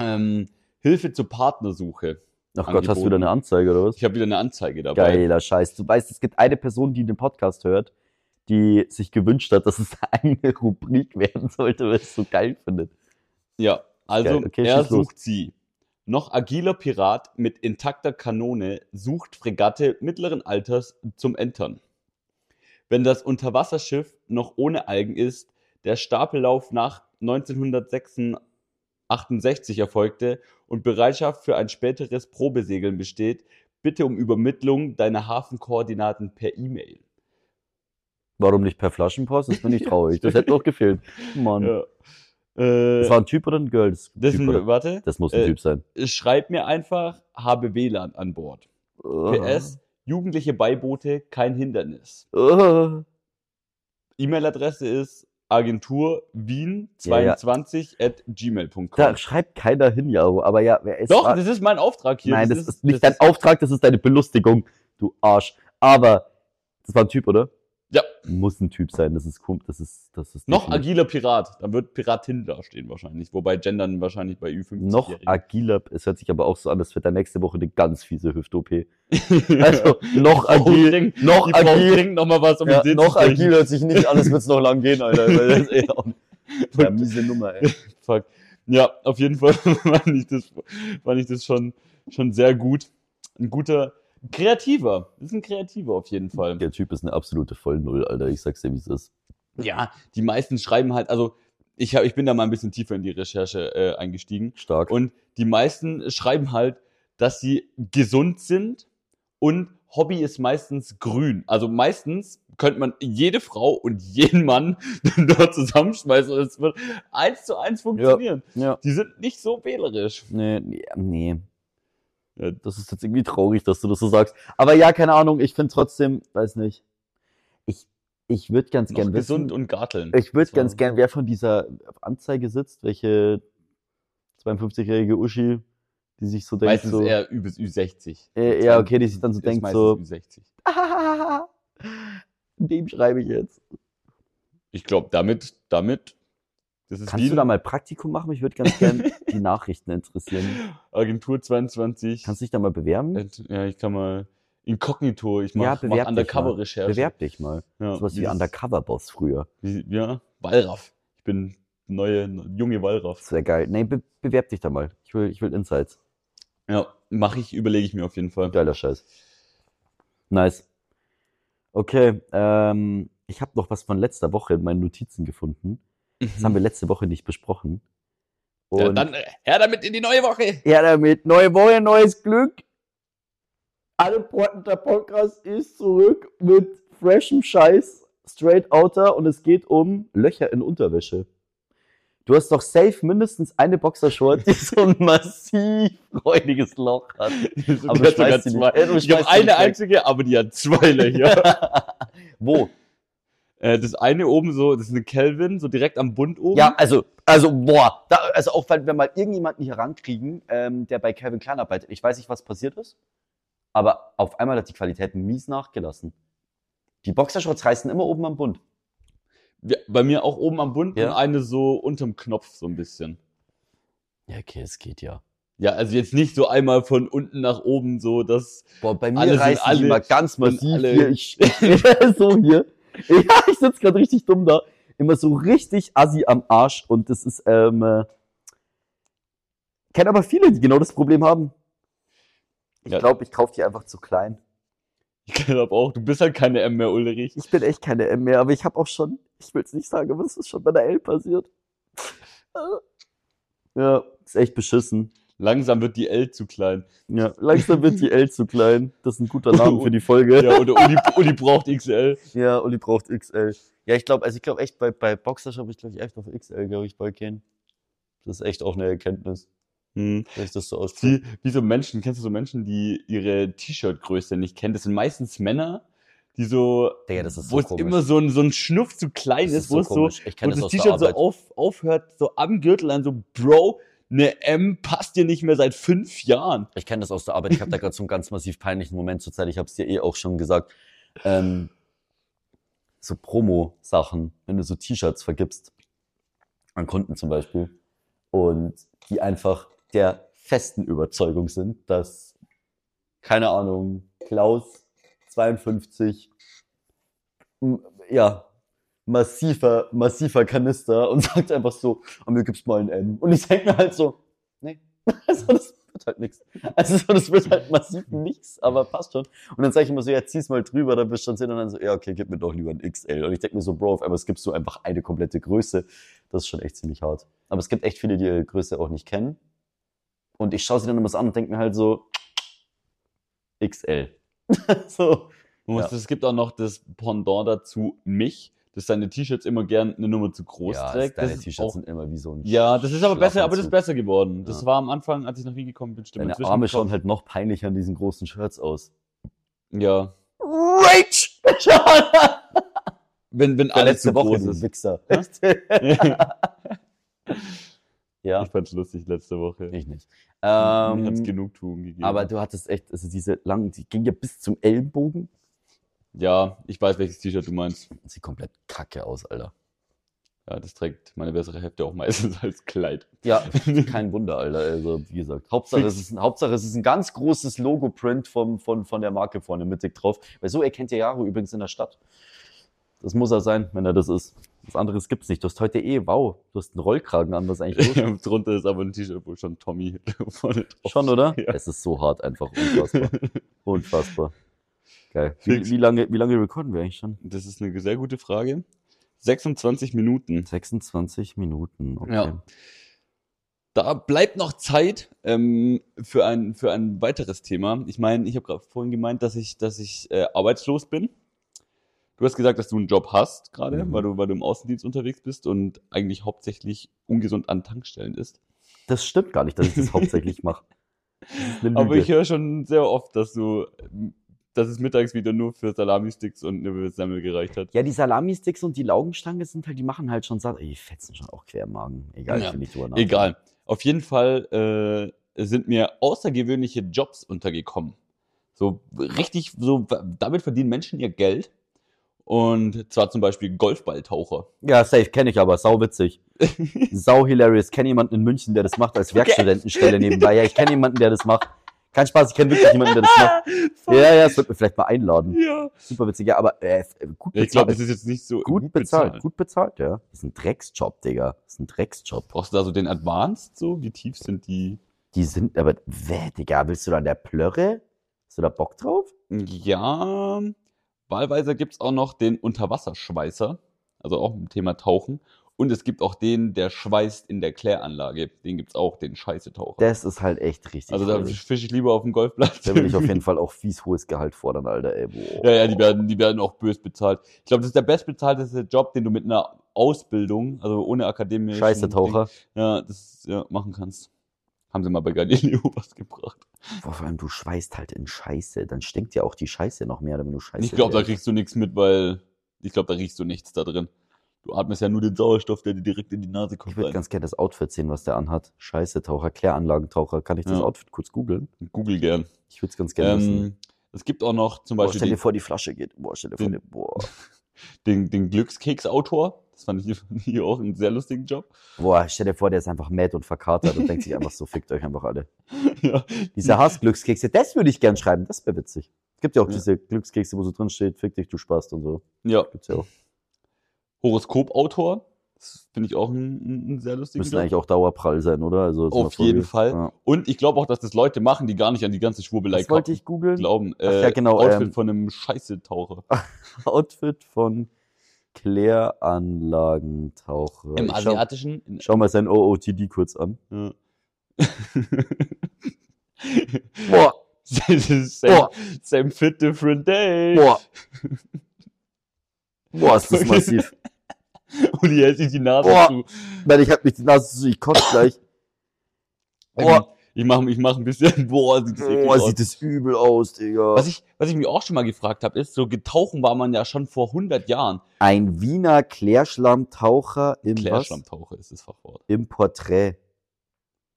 S3: ähm, Hilfe zur Partnersuche.
S2: Ach Gott, hast du wieder
S3: angeboten.
S2: eine Anzeige oder was?
S3: Ich habe wieder eine Anzeige dabei.
S2: Geiler Scheiß. Du weißt, es gibt eine Person, die den Podcast hört, die sich gewünscht hat, dass es eine Rubrik werden sollte, weil es so geil findet.
S3: Ja, also
S2: Geil, okay,
S3: er
S2: schieß los.
S3: sucht sie. Noch agiler Pirat mit intakter Kanone sucht Fregatte mittleren Alters zum Entern. Wenn das Unterwasserschiff noch ohne Algen ist, der Stapellauf nach 1968 erfolgte und Bereitschaft für ein späteres Probesegeln besteht, bitte um Übermittlung deiner Hafenkoordinaten per E-Mail.
S2: Warum nicht per Flaschenpost? Das bin ich traurig. Das hätte doch gefehlt. Mann.
S3: Ja. Äh,
S2: Ähm, Das war ein Typ oder ein Girl? Das,
S3: das,
S2: typ, oder?
S3: warte,
S2: das muss ein
S3: äh,
S2: Typ sein.
S3: schreib mir einfach, habe WLAN an Bord. PS, jugendliche Beibote, kein Hindernis.
S2: Ah.
S3: E-Mail-Adresse ist agentur wien
S2: Ja, ja.
S3: 22 at gmail.com.
S2: Da schreibt keiner hin, Jaro. Aber ja, wer ist
S3: Doch, das ist mein Auftrag hier.
S2: Nein, das, ist nicht dein Auftrag, das ist deine Belustigung, du Arsch. Aber das war ein Typ, oder?
S3: Ja.
S2: Muss ein Typ sein, das ist komisch, das ist, das ist
S3: Noch
S2: definitiv-
S3: agiler Pirat. Dann wird Piratin dastehen wahrscheinlich. Wobei gendern wahrscheinlich bei Ü50.
S2: noch agiler. Es hört sich aber auch so an, als wird da nächste Woche eine ganz fiese Hüft-OP. Also noch agil,
S3: agil.
S2: noch
S3: Die Frau
S2: agil,
S3: trinkt noch mal was, um
S2: ja,
S3: den
S2: noch
S3: zu sprechen.
S2: agil hört sich nicht an, als wird's noch lang gehen, Alter. weil Das ist eh auch eine miese Nummer, ey.
S3: Fuck. Ja, auf jeden Fall fand ich das, fand ich das schon, schon sehr gut. Ein guter, ein kreativer. Das ist ein kreativer auf jeden Fall.
S2: Der Typ ist eine absolute Vollnull, Alter. Ich sag's dir, wie's ist.
S3: Ja, die meisten schreiben halt, also ich, hab, ich bin da mal ein bisschen tiefer in die Recherche äh, eingestiegen.
S2: Stark.
S3: Und die meisten schreiben halt, dass sie gesund sind und Hobby ist meistens grün. Also meistens könnte man jede Frau und jeden Mann dort zusammenschmeißen und es wird eins zu eins funktionieren.
S2: ja.
S3: Die sind nicht so wählerisch.
S2: Nee, nee, nee.
S3: Ja.
S2: Das ist jetzt irgendwie traurig, dass du das so sagst. Aber ja, keine Ahnung, ich finde trotzdem, weiß nicht. Ich, ich würde ganz
S3: Noch
S2: gern
S3: gesund
S2: wissen.
S3: und garteln.
S2: ich würde
S3: Das war-
S2: ganz gern, wer von dieser Anzeige sitzt, welche 52-jährige Uschi, die sich so denkt,
S3: Meistens
S2: so.
S3: eher übes Ü60.
S2: äh, ja, okay, die sich dann so
S3: Ist
S2: denkt,
S3: meistens
S2: so,
S3: Ü60.
S2: ah, dem schreibe ich jetzt.
S3: Ich glaube, damit, damit, das ist wie
S2: Kannst du da mal Praktikum machen? Ich würde ganz gern die Nachrichten interessieren.
S3: Agentur 22.
S2: Kannst du dich da mal bewerben?
S3: ja, ich kann mal inkognito, ich
S2: Ja,
S3: mache
S2: bewerb dich
S3: mach
S2: mal.
S3: Undercover-Recherche.
S2: Bewerb dich mal.
S3: ja,
S2: Sowas wie
S3: dieses-
S2: Undercover-Boss früher.
S3: wie- Ja, Wallraff. Ich bin neue, junge Wallraff.
S2: Das wäre geil. Nee, be bewerb dich da mal. Ich will, ich will Insights.
S3: Ja, mache ich, überlege ich mir auf jeden Fall.
S2: Geiler Scheiß. Nice. Okay, ähm, ich habe noch was von letzter Woche in meinen Notizen gefunden. Das haben wir letzte Woche nicht besprochen. Und
S3: Mhm. ja, dann äh, her damit in die neue Woche.
S2: ja, damit. Neue Woche, neues Glück. Alle Porten der Podcast ist zurück mit freshem Scheiß, straight outer und es geht um Löcher in Unterwäsche. Du hast doch safe mindestens eine Boxershort, die so ein massiv räudiges Loch hat.
S3: Aber
S2: schmeißt sie nicht. Äh, du
S3: Ich habe
S2: schmeißt sie
S3: eine
S2: nicht weg.
S3: einzige, aber die hat zwei Löcher.
S2: Wo?
S3: Äh, das eine oben so, das ist eine Kelvin, so direkt am Bund oben.
S2: Ja, also, also, boah, da, also auch wenn wir mal irgendjemanden hier rankriegen, ähm, der bei Kevin Klein arbeitet, ich weiß nicht, was passiert ist, aber auf einmal hat die Qualität mies nachgelassen. Die Boxershorts reißen immer oben am Bund.
S3: Ja, Bei mir auch oben am Bund
S2: Ja.
S3: und eine so unterm Knopf so ein bisschen.
S2: Ja, okay, es geht ja.
S3: Ja, also jetzt nicht so einmal von unten nach oben so, dass
S2: Boah, bei mir
S3: Alle sind
S2: reißen
S3: alle-
S2: die mal ganz
S3: sind
S2: massiv
S3: alle-
S2: hier. Ich, so hier. Ja, ich sitze gerade richtig dumm da. Immer so richtig assi am Arsch und das ist, ähm, äh, kennen aber viele, die genau das Problem haben. Ich
S3: Ja.
S2: glaube, ich kaufe die einfach zu klein.
S3: ich glaube auch, du bist halt keine M mehr, Ulrich.
S2: Ich bin echt keine M mehr, aber ich habe auch schon, ich will es nicht sagen, aber es ist schon bei der L passiert. Ja, ist echt beschissen.
S3: Langsam wird die L zu klein.
S2: Ja, langsam wird die L zu klein. Das ist ein guter Name für die Folge.
S3: Ja, oder Uli, Uli braucht XL.
S2: Ja, Uli braucht XL. Ja, ich glaube, also ich glaube echt, bei, bei Boxershop ich glaube ich echt auf XL, glaube ich, bald gehen. Das ist echt auch eine Erkenntnis,
S3: Hm.
S2: dass ich das so ausspreche.
S3: Wie, wie so Menschen, kennst du so Menschen, die ihre T-Shirt-Größe nicht kennen? Das sind meistens Männer, die so,
S2: Digga, das ist
S3: wo
S2: so
S3: es
S2: komisch.
S3: immer so ein, so ein Schnuff zu klein ist, wo es so,
S2: Ich kenn
S3: Und das, T-Shirt so auf, aufhört, so am Gürtel an, so, Bro, ne M passt dir nicht mehr seit fünf Jahren.
S2: Ich kenne das aus der Arbeit. Ich habe da gerade so einen ganz massiv peinlichen Moment zur Zeit. Ich habe es dir eh auch schon gesagt. Ähm, so Promo-Sachen, wenn du so T-Shirts vergibst an Kunden zum Beispiel und die einfach der festen Überzeugung sind, dass keine Ahnung Klaus 52 m- ja, massiver, massiver Kanister und sagt einfach so, oh, mir gibt's mal ein M. Und ich denke mir halt so, nee, also das wird halt nichts. Also so, das wird halt massiv nichts, aber passt schon. Und dann sage ich immer so, ja, zieh's mal drüber, dann bist du schon sehen. Und dann so, ja, okay, gib mir doch lieber ein XL. Und ich denke mir so, Bro, auf einmal gibst du einfach eine komplette Größe. Das ist schon echt ziemlich hart. Aber es gibt echt viele, die ihre Größe auch nicht kennen. Und ich schaue sie dann immer so an und denke mir halt so, XL. so.
S3: Man muss-
S2: Ja.
S3: Es gibt auch noch das Pendant dazu, mich, dass deine T-Shirts immer gern eine Nummer zu groß
S2: ja,
S3: trägt.
S2: Deine
S3: das ist
S2: T-Shirts
S3: auch-
S2: sind immer wie so ein
S3: ja, das ist aber besser, aber das ist
S2: Schlafanzug.
S3: besser geworden. Das
S2: Ja.
S3: war am Anfang, als ich nach Wien gekommen bin, stimmt.
S2: Deine
S3: inzwischen-
S2: Arme schauen halt noch peinlicher in diesen großen Shirts aus.
S3: Ja.
S2: Rage!
S3: Wenn, wenn
S2: Der
S3: alles zu
S2: letzte Woche,
S3: groß
S2: du
S3: ist.
S2: Wichser.
S3: Ja?
S2: ja,
S3: Ich fand's lustig letzte Woche.
S2: ich nicht.
S3: Mir hat's
S2: Ähm,
S3: Genugtuung gegeben.
S2: aber du hattest echt, also diese langen, die ging ja bis zum Ellenbogen.
S3: ja, ich weiß, welches T-Shirt du meinst.
S2: Sieht komplett kacke aus, Alter.
S3: Ja, das trägt meine bessere Hälfte auch meistens als Kleid.
S2: Ja, kein Wunder, Alter. Also, wie gesagt, Hauptsache
S3: Fix.
S2: es, ist ein, Hauptsache, es ist ein ganz großes Logo-Print vom, von, von der Marke vorne mittig drauf. Weil so erkennt ihr Jaro übrigens in der Stadt. Das muss er sein, wenn er das ist. Was anderes gibt's nicht. Du hast heute eh, wow, du hast einen Rollkragen an, was ist eigentlich los?
S3: Drunter ist aber ein T-Shirt, wo schon Tommy vorne drauf
S2: Schon, oder?
S3: Ja.
S2: Es ist so hart einfach. Unfassbar. Unfassbar. Geil. Wie,
S3: Fix.
S2: wie, lange, wie lange recorden wir eigentlich schon?
S3: Das ist eine sehr gute Frage. 26 Minuten.
S2: 26 Minuten. Okay.
S3: Ja. Da bleibt noch Zeit ähm, für, ein, für ein weiteres Thema. Ich meine, ich habe gerade vorhin gemeint, dass ich, dass ich äh, arbeitslos bin. Du hast gesagt, dass du einen Job hast gerade,
S2: Mhm.
S3: weil, du, weil du im Außendienst unterwegs bist und eigentlich hauptsächlich ungesund an Tankstellen ist.
S2: Das stimmt gar nicht, dass ich das hauptsächlich mache. Das ist eine
S3: Aber
S2: Lüge.
S3: ich höre schon sehr oft, dass du, ähm, dass es mittags wieder nur für Salami-Sticks und eine Semmel gereicht hat.
S2: Ja, die Salami-Sticks und die Laugenstange sind halt, die machen halt schon satt. Ey, Die fetzen schon auch quer im Magen. Egal,
S3: Ja.
S2: ich will nicht drüber nach.
S3: Egal. Auf jeden Fall äh, sind mir außergewöhnliche Jobs untergekommen. So richtig, so damit verdienen Menschen ihr Geld. Und zwar zum Beispiel Golfballtaucher.
S2: Ja, safe, kenne ich aber. Sau witzig. Sau hilarious. Kenne jemanden in München, der das macht als Werkstudentenstelle nebenbei. Ja, ich kenne jemanden, der das macht. Kein Spaß, ich kenne wirklich jemanden, der das macht. Ja, ja, das wird mir vielleicht mal einladen.
S3: Ja.
S2: Super witzig, ja, aber äh, gut
S3: Ich glaube, das ist jetzt nicht so
S2: gut bezahlt, gut bezahlt, ja. Das ist ein Drecksjob, Digga. Das ist ein Drecksjob.
S3: Brauchst du da so den Advanced so? Wie tief sind die?
S2: Die sind aber, weh, Digga, willst du da an der Plörre? Hast du da Bock drauf?
S3: Ja, wahlweise gibt's auch noch den Unterwasserschweißer, also auch im Thema Tauchen. Und es gibt auch den, der schweißt in der Kläranlage. Den gibt's auch, den Scheißetaucher.
S2: Das ist halt echt richtig.
S3: also da
S2: crazy.
S3: fische ich lieber auf dem Golfplatz.
S2: da will ich auf jeden Fall auch fies hohes Gehalt fordern, Alter, ey. Boah.
S3: Ja, ja, die werden, die werden auch bös bezahlt. Ich glaube, das ist der bestbezahlteste Job, den du mit einer Ausbildung, also ohne akademische
S2: Scheiße, Taucher.
S3: Ja, das ja, machen kannst. Haben sie mal bei Galileo was gebracht.
S2: Boah, vor allem, du schweißt halt in Scheiße. Dann stinkt ja auch die Scheiße noch mehr, wenn du Scheiße
S3: ich glaube, da
S2: riechst.
S3: kriegst du nichts mit, weil ich glaube, da riechst du nichts da drin. Du atmest ja nur den Sauerstoff, der dir direkt in die Nase
S2: Ich
S3: kommt.
S2: würde
S3: rein.
S2: ganz gerne das Outfit sehen, was der anhat. Scheiße, Taucher, Kläranlagentaucher. Kann ich das
S3: Ja.
S2: Outfit kurz googeln?
S3: Google gern.
S2: Ich würde es ganz gerne wissen.
S3: Ähm, es gibt auch noch zum
S2: Boah,
S3: Beispiel
S2: stell dir
S3: den,
S2: vor, die Flasche geht. Boah, stell dir vor,
S3: den-
S2: die, boah.
S3: den, den Glückskeksautor. Das fand ich, fand ich auch einen sehr lustigen Job.
S2: Boah, stell dir vor, der ist einfach mad und verkatert und denkt sich einfach so, fickt euch einfach alle.
S3: ja,
S2: Diese Hassglückskekse, das würde ich gern schreiben, das wäre witzig. Es gibt ja auch
S3: Ja.
S2: diese Glückskekse, wo so drin steht, fick dich, du Spaß und so.
S3: ja.
S2: Gibt's ja auch.
S3: Horoskopautor. Das finde ich auch ein, ein sehr lustiger
S2: Müssen
S3: Job.
S2: eigentlich auch Dauerprall sein, oder? Also, so
S3: Auf
S2: eine Folge.
S3: jeden Fall.
S2: Ja.
S3: Und ich glaube auch, dass das Leute machen, die gar nicht an die ganze Schwurbelei
S2: Das wollte ich googeln.
S3: glauben. Äh,
S2: ja, genau,
S3: Outfit
S2: ähm.
S3: von einem Scheißetaucher.
S2: Outfit von Kläranlagentaucher.
S3: Im
S2: Ich
S3: asiatischen. In,
S2: Schau, schau mal sein OOTD kurz an.
S3: ja.
S2: Boah,
S3: same,
S2: Boah.
S3: same fit, different day.
S2: boah. Boah, ist das massiv.
S3: Und hier hält sich die Nase
S2: Boah.
S3: zu.
S2: Mann, ich hab mich die Nase zu, ich kotze gleich. Boah,
S3: Ähm, Ich mache ich mach ein bisschen. Boah, sieht das eklig
S2: boah,
S3: aus.
S2: sieht das übel aus, Digga.
S3: was ich, was ich mir auch schon mal gefragt habe, ist, so getauchen war man ja schon vor 100 Jahren.
S2: Ein Wiener Klärschlammtaucher im, was?
S3: Klärschlammtaucher ist das Fachwort.
S2: im Porträt.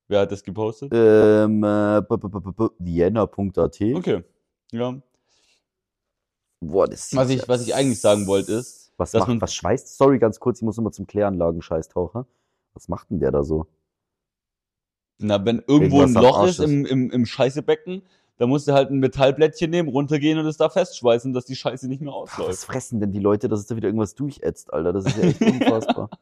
S3: Wer hat das gepostet?
S2: Ähm, äh, b- b- b- b- Vienna.at.
S3: Okay. Ja.
S2: Boah, das sieht
S3: Was ich-
S2: ja-
S3: was ich eigentlich sagen wollte, ist,
S2: was
S3: dass
S2: macht,
S3: man-
S2: was schweißt? Sorry, ganz kurz, ich muss immer zum Kläranlagen-Scheißtaucher. Was macht denn der da so?
S3: Na, wenn irgendwo
S2: Irgendwas
S3: ein
S2: am
S3: Loch
S2: Arsch
S3: ist
S2: ist.
S3: im, im, im Scheißebecken, Da musst du halt ein Metallblättchen nehmen, runtergehen und es da festschweißen, dass die Scheiße nicht mehr
S2: Boah, was
S3: ausläuft.
S2: fressen denn die Leute, dass es da wieder irgendwas durchätzt, Alter? Das ist ja echt unfassbar.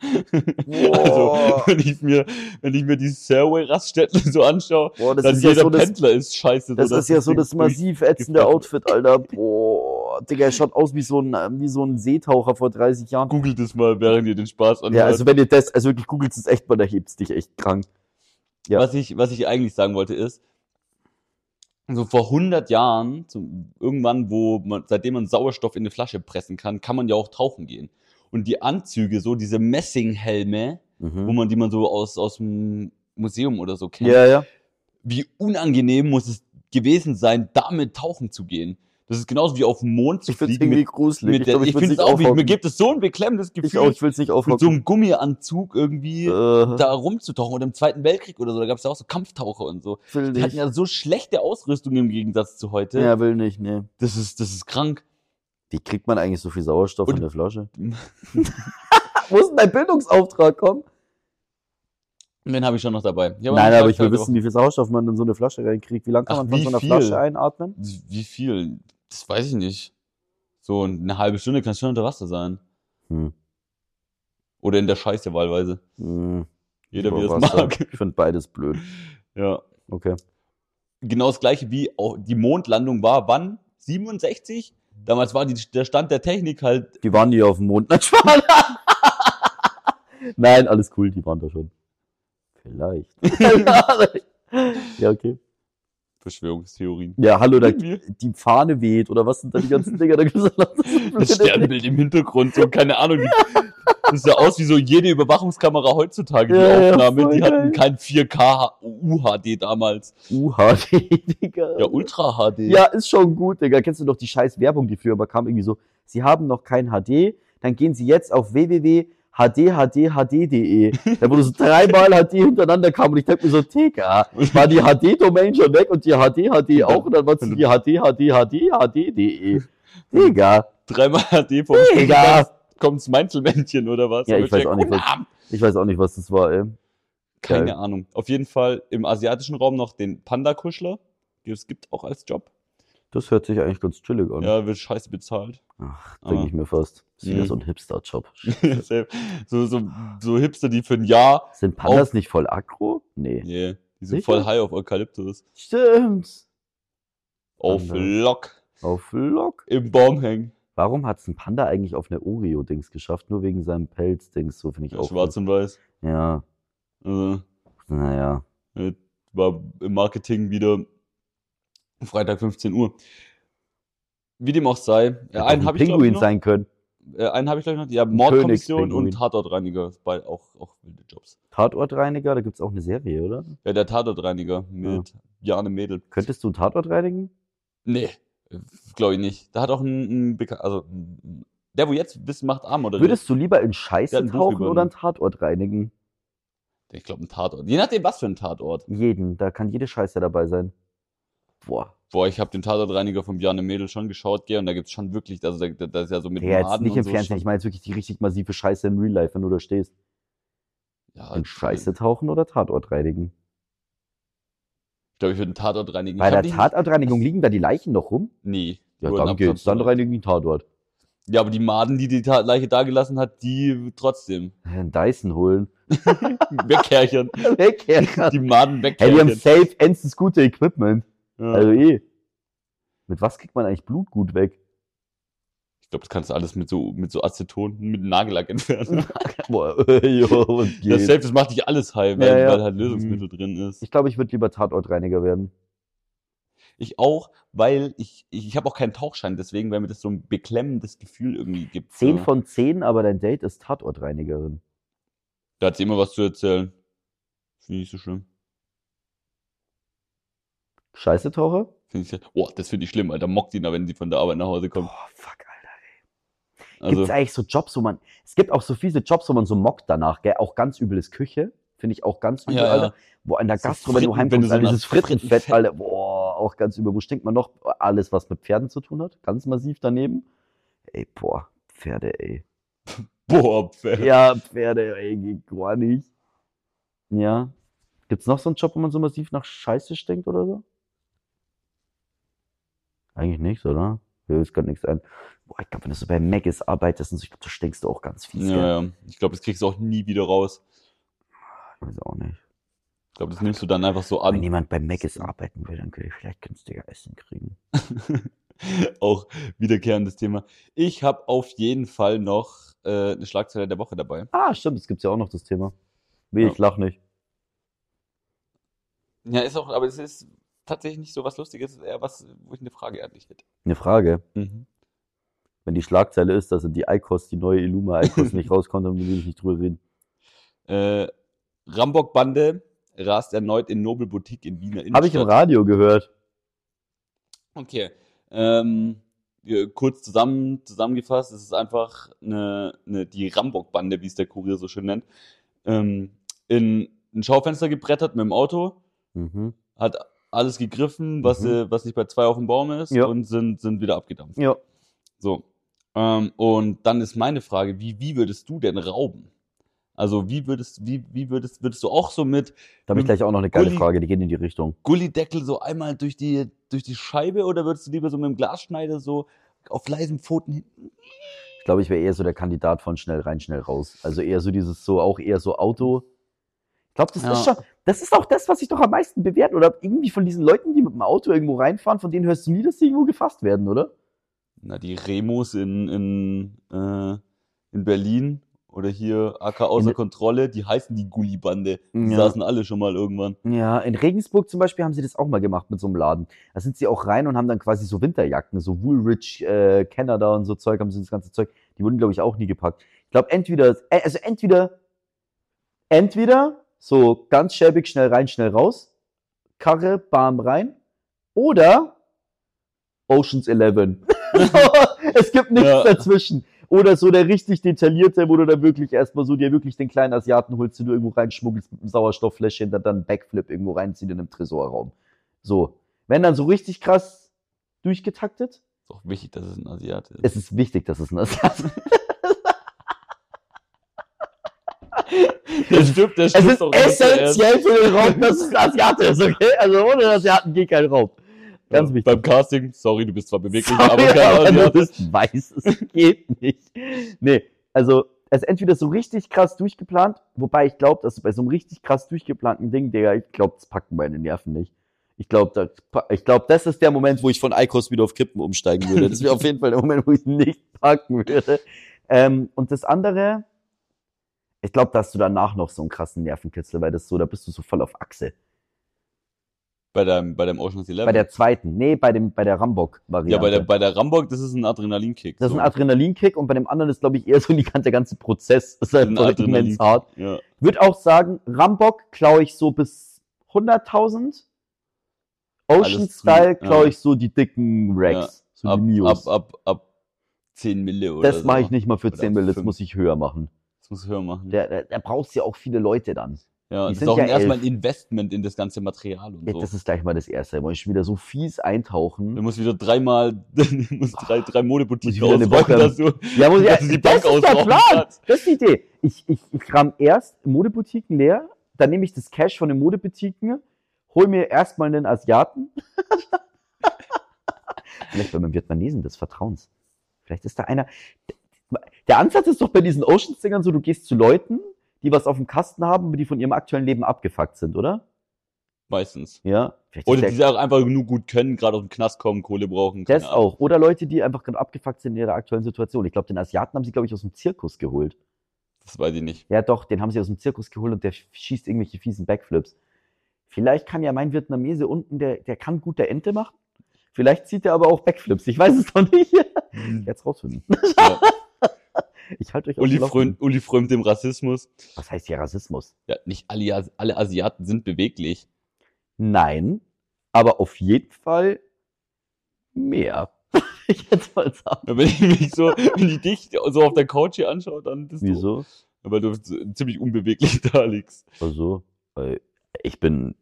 S3: Also, wenn ich mir, wenn ich mir die Stairway-Raststätten so anschaue,
S2: Boah, das
S3: dann
S2: ist ja
S3: jeder
S2: so das,
S3: Pendler ist scheiße.
S2: das
S3: dass
S2: ist ja so
S3: Ding
S2: das massiv ätzende
S3: durchgefunden.
S2: Outfit, Alter. Boah, Digga, er schaut aus wie so ein, äh, wie so ein Seetaucher vor 30 Jahren.
S3: Googelt es mal, während ihr den Spaß anhört.
S2: Ja, also wenn ihr das, also wirklich googelt es echt mal, da hebt's dich echt krank. Ja.
S3: Was, ich, was ich eigentlich sagen wollte ist, so vor 100 Jahren, zum, irgendwann, wo man, seitdem man Sauerstoff in eine Flasche pressen kann, kann man ja auch tauchen gehen. Und die Anzüge, so diese Messinghelme, wo man, die man so aus, aus dem Museum oder so kennt,
S2: Ja, ja.
S3: wie unangenehm muss es gewesen sein, damit tauchen zu gehen. Das ist genauso wie auf den Mond zu
S2: Ich find's
S3: fliegen.
S2: irgendwie
S3: Mit,
S2: gruselig.
S3: mit
S2: ich
S3: der,
S2: glaub,
S3: ich
S2: ich
S3: finde
S2: will's
S3: es
S2: nicht
S3: auch, wie- mir
S2: aufhocken.
S3: gibt es so ein beklemmendes
S2: Ich auch,
S3: Gefühl,
S2: ich will's nicht
S3: mit so
S2: aufhocken.
S3: einem Gummianzug irgendwie
S2: Äh,
S3: da rumzutauchen. Oder im Zweiten Weltkrieg oder so, da gab es ja auch so Kampftaucher und so.
S2: will
S3: Die hatten
S2: nicht.
S3: ja so schlechte Ausrüstung im Gegensatz zu heute.
S2: Ja, will nicht, nee.
S3: Das ist, das ist krank.
S2: Wie kriegt man eigentlich so viel Sauerstoff
S3: Und-
S2: in der Flasche? Wo ist denn dein Bildungsauftrag, komm?
S3: Den habe ich schon noch dabei. Ich habe
S2: Nein,
S3: einen
S2: aber ich will
S3: Beitrag
S2: wissen, wie viel Sauerstoff man in so eine Flasche reinkriegt. Wie lange kann
S3: halt Ach,
S2: man von
S3: wie
S2: so einer
S3: viel?
S2: Flasche einatmen?
S3: dabei. Wie viel? Das weiß ich nicht. So eine halbe Stunde kann schon unter Wasser sein.
S2: Hm.
S3: Oder in der Scheiße wahlweise.
S2: Hm.
S3: Jeder, wie
S2: Über
S3: es
S2: Wasser.
S3: mag.
S2: Ich finde beides blöd.
S3: Ja.
S2: Okay.
S3: Genau das gleiche wie auch die Mondlandung war. Wann? 67? Damals war die, der Stand der Technik halt.
S2: Die waren nie auf dem Mond. Nein, Spaß. Nein, alles cool, die waren da schon. Vielleicht. ja, okay.
S3: Verschwörungstheorien.
S2: Ja, hallo, da,
S3: Irgendwie.
S2: die Fahne weht oder was sind da die ganzen Dinger? Da gibt's doch noch so blöde
S3: Das Sternbild im Hintergrund, so keine Ahnung. die- Das sah aus wie so jede Überwachungskamera heutzutage, die
S2: Ja, ja,
S3: Aufnahme.
S2: voll
S3: die hatten
S2: geil.
S3: kein 4K UHD damals.
S2: UHD, Uh, Digga.
S3: Ja, Ultra HD.
S2: Ja, ist schon gut, Digga. Kennst du doch die scheiß Werbung, die früher mal kam? Irgendwie so, sie haben noch kein HD, dann gehen sie jetzt auf www.hdhdhd.de. e. Da wurde so dreimal HD hintereinander kam und ich dachte mir so, Digga, war die HD-Domain schon weg und die HDHD auch und dann war es die HDHDHDHD.de. E. Digga.
S3: Dreimal HD vom
S2: Digga.
S3: Kommt's Meinzelmännchen oder was?
S2: Ja,
S3: Da
S2: ich
S3: wird
S2: weiß auch nicht,
S3: guten
S2: was-
S3: Abend.
S2: Ich weiß auch nicht, was das war, ey.
S3: Keine
S2: Geil.
S3: Ahnung. Auf jeden Fall im asiatischen Raum noch den Panda-Kuschler. Es gibt auch als Job.
S2: Das hört sich eigentlich ganz chillig an.
S3: Ja, wird scheiße bezahlt.
S2: Ach,
S3: Ah.
S2: denke ich mir fast. Das ist wieder
S3: Mhm.
S2: so ein Hipster-Job.
S3: so, so, so Hipster, die für ein Jahr.
S2: Sind Pandas nicht voll aggro? Nee.
S3: Nee, die sind
S2: Sicher?
S3: voll high auf Eukalyptus.
S2: Stimmt.
S3: Auf
S2: Panda.
S3: Lock.
S2: Auf Lock.
S3: Im Baum hängen.
S2: Warum hat's ein Panda eigentlich auf eine Oreo-Dings geschafft? Nur wegen seinem Pelz-Dings, so finde ich
S3: Ja,
S2: auch.
S3: Schwarz und weiß.
S2: cool. Ja,
S3: Also,
S2: naja.
S3: äh, war im Marketing wieder Freitag 15 Uhr. Wie dem auch sei.
S2: Hätte
S3: Ja,
S2: auch
S3: einen
S2: ein
S3: habe ich, glaub ich,
S2: Pinguin
S3: noch.
S2: sein können.
S3: Äh, einen habe ich gleich noch. Ja, Mordkommission
S2: Königspinguin.
S3: und Tatortreiniger. Bei auch, auch wilde Jobs.
S2: Tatortreiniger, da gibt's auch eine Serie, oder?
S3: Ja, der Tatortreiniger mit Jane Mädel.
S2: Könntest du einen Tatort reinigen?
S3: Nee, glaube ich nicht. Da hat auch ein, ein Bekan also ein, der, wo jetzt bist, macht arm oder
S2: Würdest du lieber in Scheiße
S3: Der hat ein Buch
S2: tauchen
S3: über
S2: oder
S3: ihn.
S2: einen Tatort reinigen?
S3: Ich glaube, ein Tatort. Je nachdem, was für ein Tatort.
S2: Jeden, da kann jede Scheiße dabei sein. Boah,
S3: Boah, ich habe den Tatortreiniger von Bjarne Mädel schon geschaut, gell, und da gibt's schon wirklich, also da, da, da ist ja so mit
S2: Digga, jetzt
S3: Maden
S2: nicht
S3: und
S2: im
S3: so
S2: Fernsehen, ich meine jetzt wirklich die richtig massive Scheiße im Real Life, wenn du da stehst.
S3: schon- Ja,
S2: In Scheiße tauchen oder Tatort reinigen?
S3: Ich glaube, ich würde einen Tatortreiniger.
S2: Bei
S3: Ich hab
S2: der
S3: nicht-
S2: Tatortreinigung liegen da die Leichen noch rum?
S3: Nee.
S2: Ja,
S3: nur ein
S2: dann geht's, dann
S3: Absatzort.
S2: reinigen die Tatort.
S3: Ja, aber die Maden, die die Ta Leiche dagelassen hat, die trotzdem.
S2: Einen Äh, Dyson holen.
S3: Wegkerchern.
S2: Weg, Herr.
S3: Die Maden
S2: Hey, die haben
S3: wegkerchern.
S2: safe endstens gute Equipment. Also
S3: Ja.
S2: eh. Mit was kriegt man eigentlich Blut gut weg?
S3: Ich glaube, das kannst du alles mit so, mit so Aceton, mit Nagellack entfernen.
S2: Boah, jo, was
S3: Das
S2: geht?
S3: selbst, das macht dich alles heil, weil,
S2: Ja, Mhm. ja.
S3: weil halt Lösungsmittel drin ist.
S2: Ich glaube, ich würde lieber Tatortreiniger werden.
S3: Ich auch, weil ich, ich, ich habe auch keinen Tauchschein, deswegen, weil mir das so ein beklemmendes Gefühl irgendwie gibt.
S2: Zehn
S3: so.
S2: von zehn, aber dein Date ist Tatortreinigerin.
S3: Da hat sie immer was zu erzählen. Finde ich nicht so schlimm.
S2: Scheiße, Taucher?
S3: Finde ich, oh, das finde ich schlimm, Alter. Mockt ihn da, wenn sie von der Arbeit nach Hause kommt.
S2: Boah, fuck, Alter.
S3: Also,
S2: Gibt's eigentlich so Jobs, wo man. Es gibt auch so viele Jobs, wo man so mockt danach, gell? Auch ganz übles Küche. Finde ich auch ganz übel,
S3: ja,
S2: Alter.
S3: ja.
S2: Wo an der
S3: So
S2: Gastro, wenn du
S3: Fritten, wenn
S2: heimkommst,
S3: du so
S2: Alter,
S3: nach
S2: dieses Frittenfett,
S3: Frittenfett-
S2: Alter, boah, auch ganz übel. Wo stinkt man noch? Alles, was mit Pferden zu tun hat, ganz massiv daneben. Ey, boah, Pferde, ey.
S3: Boah, Pferd.
S2: Ja, Pferde, ey, geht gar nicht. Ja. Gibt's noch so einen Job, wo man so massiv nach Scheiße stinkt oder so? Eigentlich nichts, oder? Mir ist gerade nichts ein. Boah, ich glaube, wenn du so bei Maggis arbeitest und so, ich glaube, da stinkst du auch ganz fies, gell?
S3: Ja, ja. Ich glaube, das kriegst du auch nie wieder raus.
S2: Ich weiß auch nicht.
S3: Ich glaube, das nimmst du dann einfach so
S2: Wenn
S3: an.
S2: jemand bei Maggis arbeiten will, dann könnte ich vielleicht günstiger Essen kriegen.
S3: auch wiederkehrendes Thema. Ich habe auf jeden Fall noch äh, eine Schlagzeile der Woche dabei.
S2: Ah, stimmt, es gibt ja auch noch das Thema. Wie,
S3: Ja.
S2: ich lach nicht.
S3: Ja, ist auch, aber es ist tatsächlich nicht so was Lustiges, es ist eher was, wo ich eine Frage an dich hätte.
S2: Eine Frage.
S3: Mhm.
S2: Wenn die Schlagzeile ist, dass die Icos, die neue Illuma Icos nicht rauskommt, dann will ich nicht drüber reden.
S3: Äh, Rambock-Bande rast erneut in Nobel Boutique in Wiener Innenstadt.
S2: Habe ich im Radio gehört.
S3: Okay. Ähm, ja, kurz zusammen, zusammengefasst, es ist einfach eine, eine, die Rambock-Bande, wie es der Kurier so schön nennt, ähm, in ein Schaufenster gebrettert mit dem Auto,
S2: Mhm.
S3: hat alles gegriffen, was,
S2: Mhm.
S3: äh, was nicht bei zwei auf dem Baum ist
S2: Ja.
S3: und sind, sind wieder abgedampft.
S2: Ja.
S3: So. Ähm, und dann ist meine Frage, wie, wie würdest du denn rauben? Also wie würdest, wie, wie würdest, würdest du auch so mit
S2: Da habe ich
S3: Mhm.
S2: gleich auch noch eine geile
S3: Uli.
S2: Frage, die geht in die Richtung.
S3: Gullideckel so einmal durch die, durch die Scheibe oder würdest du lieber so mit dem Glasschneider so auf leisen Pfoten hinten?
S2: Ich glaube, ich wäre eher so der Kandidat von schnell rein, schnell raus. Also eher so dieses so, auch eher so Auto. Ich glaube, das
S3: Ja.
S2: ist schon, das ist auch das, was ich doch am meisten bewährt. Oder irgendwie von diesen Leuten, die mit dem Auto irgendwo reinfahren, von denen hörst du nie, dass sie irgendwo gefasst werden, oder?
S3: Na, die Remos in, in, äh, in Berlin oder hier AK außer
S2: In-
S3: Kontrolle, die heißen die Gullibande. Die
S2: Ja.
S3: saßen alle schon mal irgendwann.
S2: Ja, in Regensburg zum Beispiel haben sie das auch mal gemacht mit so einem Laden. Da sind sie auch rein und haben dann quasi so Winterjacken, so Woolrich, äh, Canada und so Zeug, haben sie das ganze Zeug. Die wurden, glaube ich, auch nie gepackt. Ich glaube, entweder, äh, also entweder, entweder so ganz schäbig, schnell rein, schnell raus, Karre, bam, rein, oder Oceans 11. es gibt nichts
S3: Ja.
S2: dazwischen. Oder so der richtig detaillierte, wo du da wirklich erstmal so dir wirklich den kleinen Asiaten holst, den du irgendwo reinschmuggelst mit einem Sauerstofffläschchen, dann dann einen Backflip irgendwo reinziehen in einem Tresorraum. So. Wenn dann so richtig krass durchgetaktet,
S3: Ist auch wichtig, dass es ein Asiate ist.
S2: es ist wichtig, dass es ein Asiat ist.
S3: Der stirbt, der
S2: Es
S3: stirbt
S2: ist
S3: auch nicht zuerst.
S2: essentiell für den Raum, dass es ein Asiate ist, okay? Also ohne Asiaten geht kein Raum. Ganz
S3: Ja,
S2: wichtig.
S3: Beim Casting, sorry, du bist zwar beweglich,
S2: Sorry,
S3: aber kein
S2: du
S3: Asiate.
S2: bist weiß, es geht nicht. Nee, also es ist entweder so richtig krass durchgeplant, wobei ich glaube, dass du bei so einem richtig krass durchgeplanten Ding, Digga, ich glaube, das packen meine Nerven nicht. Ich glaube, das, ich glaub, das ist der Moment, wo ich von Eikos wieder auf Kippen umsteigen würde. Das wäre auf jeden Fall der Moment, wo ich es nicht packen würde. Ähm, und das andere, ich glaube, dass du danach noch so einen krassen Nervenkitzel, weil das so, da bist du so voll auf Achse.
S3: Bei deinem, bei deinem Ocean's Eleven.
S2: Bei der zweiten, nee, bei dem, bei der Rambock-Variante.
S3: ja, bei der, bei der Rambock, das ist ein Adrenalinkick.
S2: Das ist
S3: so.
S2: ein Adrenalinkick und bei dem anderen ist, glaube ich, eher so die, gan- der ganze Prozess. Ist
S3: Ein
S2: einfach
S3: Adrenalinkick.
S2: immens hart.
S3: Ja.
S2: Würde auch sagen, Rambock klaue ich so bis 100.000. Ocean
S3: Alles zu-
S2: Style klaue
S3: ja.
S2: ich so die dicken Racks. so
S3: Ab,
S2: die Mios.
S3: ab, ab, ab 10 Mille oder
S2: das
S3: so.
S2: mache ich nicht mal für
S3: Oder
S2: 10 Mille, das
S3: fünf. Mhm.
S2: muss ich höher machen.
S3: Das muss ich höher machen.
S2: Da, da, da brauchst du ja auch viele Leute dann.
S3: ja,
S2: die
S3: das ist
S2: sind
S3: auch
S2: ja
S3: ein- erstmal ein
S2: elf.
S3: Investment in das ganze Material und
S2: Ja,
S3: so.
S2: Das ist gleich mal das Erste. Da muss ich wieder so fies
S3: Du
S2: eintauchen.
S3: musst wieder dreimal, du musst drei, drei
S2: Muss
S3: Modeboutiquen
S2: wieder eine
S3: ausräumen,
S2: Woche-
S3: dass du,
S2: Ja, muss ich,
S3: dass du die Bank
S2: das ist der
S3: ausrauben
S2: Plan.
S3: kannst.
S2: Das ist die Idee. Ich, ich, ich ramm erst Modeboutiquen leer, dann nehme ich das Cash von den Modeboutiquen, hol mir erstmal einen Asiaten. Vielleicht bei meinem Vietnamesen des Vertrauens. Vielleicht ist da einer. Der Ansatz ist doch bei diesen Oceans-Dingern so, du gehst zu Leuten, die was auf dem Kasten haben, aber die von ihrem aktuellen Leben abgefuckt sind, oder?
S3: Meistens.
S2: Ja. Vielleicht ist
S3: Oder
S2: der-
S3: die sie auch einfach nur gut können, gerade aus dem Knast kommen, Kohle brauchen. keine
S2: das
S3: Ahnung.
S2: auch. Oder Leute, die einfach gerade abgefuckt sind in ihrer aktuellen Situation. Ich glaube, den Asiaten haben sie, glaube ich, aus dem Zirkus geholt.
S3: Das weiß ich nicht.
S2: Ja, doch, den haben sie aus dem Zirkus geholt und der schießt irgendwelche fiesen Backflips. Vielleicht kann ja mein Vietnamese unten, der, der kann gut der Ente machen. Vielleicht zieht er aber auch Backflips. Ich weiß es noch nicht. Jetzt rausfinden.
S3: Ja.
S2: Ich halte euch auf
S3: Uli,
S2: dem Laufenden.
S3: Fröhm, Uli frömt dem Rassismus.
S2: Was heißt hier Rassismus?
S3: Ja, nicht alle, As- alle Asiaten sind beweglich.
S2: Nein, aber auf jeden Fall mehr. ich jetzt mal sagen.
S3: Ja, Wenn ich mich so, wenn ich dich so auf der Couch hier anschaue, dann bist du.
S2: Wieso?
S3: Ja, Weil du z- ziemlich unbeweglich da liegst.
S2: Also, äh, ich bin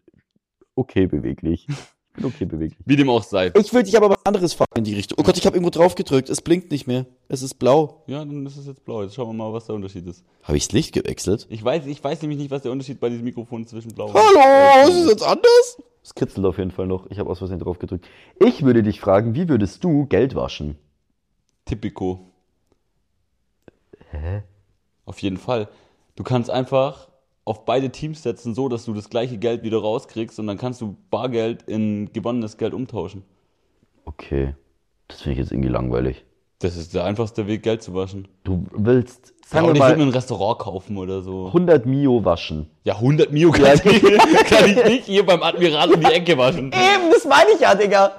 S2: okay beweglich. Ich bin okay beweglich.
S3: Wie dem auch sei.
S2: Ich will dich aber was anderes fahren in die Richtung. Oh Gott, ich habe irgendwo drauf gedrückt. Es blinkt nicht mehr. Es ist blau.
S3: Ja, dann ist es jetzt blau. Jetzt schauen wir mal, was der Unterschied ist.
S2: Habe ich das Licht gewechselt?
S3: Ich weiß, ich weiß nämlich nicht, was der Unterschied bei diesem Mikrofon zwischen blau und
S2: Hallo,
S3: äh,
S2: ist es jetzt anders? Es kitzelt auf jeden Fall noch. Ich habe aus Versehen drauf gedrückt. Ich würde dich fragen, wie würdest du Geld waschen?
S3: Typico.
S2: Hä?
S3: Auf jeden Fall. Du kannst einfach auf beide Teams setzen, so dass du das gleiche Geld wieder rauskriegst und dann kannst du Bargeld in gewonnenes Geld umtauschen.
S2: Okay. Das finde ich jetzt irgendwie langweilig.
S3: Das ist der einfachste Weg, Geld zu waschen.
S2: Du willst,
S3: Kann
S2: sagen
S3: auch
S2: wir
S3: nicht in
S2: mal,
S3: ein Restaurant kaufen oder so.
S2: 100 Mio waschen.
S3: Ja, 100 Mio kann, ich, kann ich nicht hier beim Admiral um die Ecke waschen.
S2: Eben, das meine ich ja, Digga.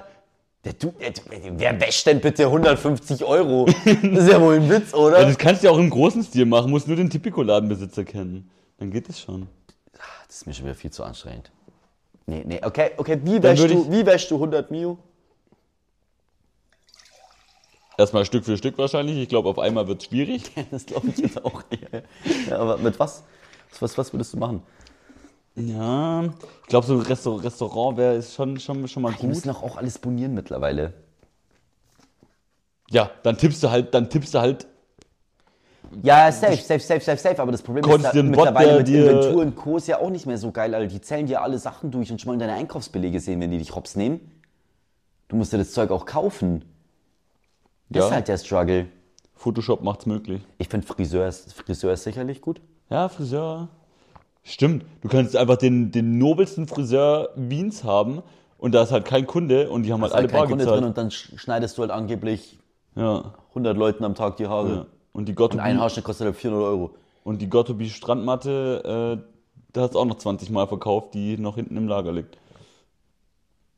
S4: Der du, der, der, wer wäscht denn bitte 150 Euro? Das ist ja wohl ein Witz,
S3: Ja,
S4: oder?
S3: Also das kannst du ja auch im großen Stil machen, musst nur den Tipico-Ladenbesitzer kennen. Dann geht es schon.
S4: Das ist mir schon wieder viel zu anstrengend. Nee, nee, okay, okay, wie
S3: Dann
S4: wäschst
S3: würd
S4: du,
S3: ich-
S4: wie wäschst du 100 Mio?
S3: Erstmal Stück für Stück wahrscheinlich. Ich glaube, auf einmal wird es schwierig.
S4: Das glaube ich jetzt auch. Ja, Ja, aber mit was? Was, was, was würdest du machen?
S3: Ja, ich glaube, so ein Restaur Restaurant wäre ist schon, schon, schon mal
S4: Die
S3: gut.
S4: müssen doch auch alles bonieren mittlerweile.
S3: Ja, dann tippst du halt, dann tippst du halt.
S4: Ja, safe, safe, safe, safe, safe. Aber das Problem ist, da,
S3: Konntest du den Bot,
S4: mittlerweile
S3: der
S4: mit
S3: dir-
S4: Inventur und Co. ist ja auch nicht mehr so geil, Alter. Die zählen dir alle Sachen durch und wollen deine Einkaufsbelege sehen, wenn die dich hops nehmen. Du musst dir das Zeug auch kaufen. Das
S3: Ja,
S4: ist halt der Struggle.
S3: Photoshop macht's möglich.
S4: Ich finde Friseur, ist- Friseur ist sicherlich gut.
S3: Ja, Friseur. Stimmt, du kannst einfach den, den nobelsten Friseur Wiens haben und da ist halt kein Kunde und die haben halt
S4: Da
S3: alle
S4: ist halt
S3: Bar
S4: kein Kunde drin
S3: gezahlt.
S4: und dann sch- schneidest du halt angeblich
S3: Ja,
S4: 100 Leuten am Tag die Haare.
S3: ja. Und
S4: Und
S3: die
S4: ein
S3: Gottlieb
S4: Haarschnitt kostet halt 400 Euro.
S3: Und die Gottobie Strandmatte, äh, da hat's auch noch 20 Mal verkauft, die noch hinten im Lager liegt.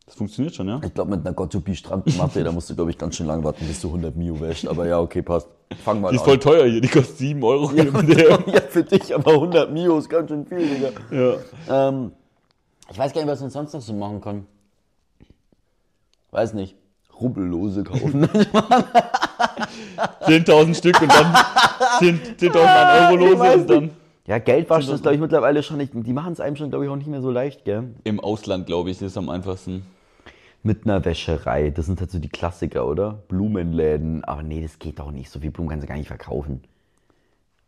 S3: Das funktioniert schon, ja?
S4: Ich glaube, mit einer Gottobi-Strandmatte, da musst du, glaube ich, ganz schön lange warten, bis du 100 Mio wäschst. Aber ja, okay, passt. Fang mal
S3: Die
S4: an.
S3: ist voll teuer hier, die kostet 7 Euro.
S4: ja, für dich, aber 100 Mio ist ganz schön viel, Digga.
S3: ja.
S4: Ähm, ich weiß gar nicht, was man sonst noch so machen kann. Weiß nicht. Rubbellose kaufen.
S3: 10.000 Stück und dann 10.000 10 Euro lose und dann.
S2: Ja, Geld waschen ist, glaube ich, mittlerweile schon nicht. Die machen es einem schon, glaube ich, auch nicht mehr so leicht, gell?
S3: Im Ausland, glaube ich, ist am einfachsten.
S2: Mit einer Wäscherei. Das sind halt so die Klassiker, oder? Blumenläden. Aber nee, das geht doch nicht. So viel Blumen kannst du gar nicht verkaufen.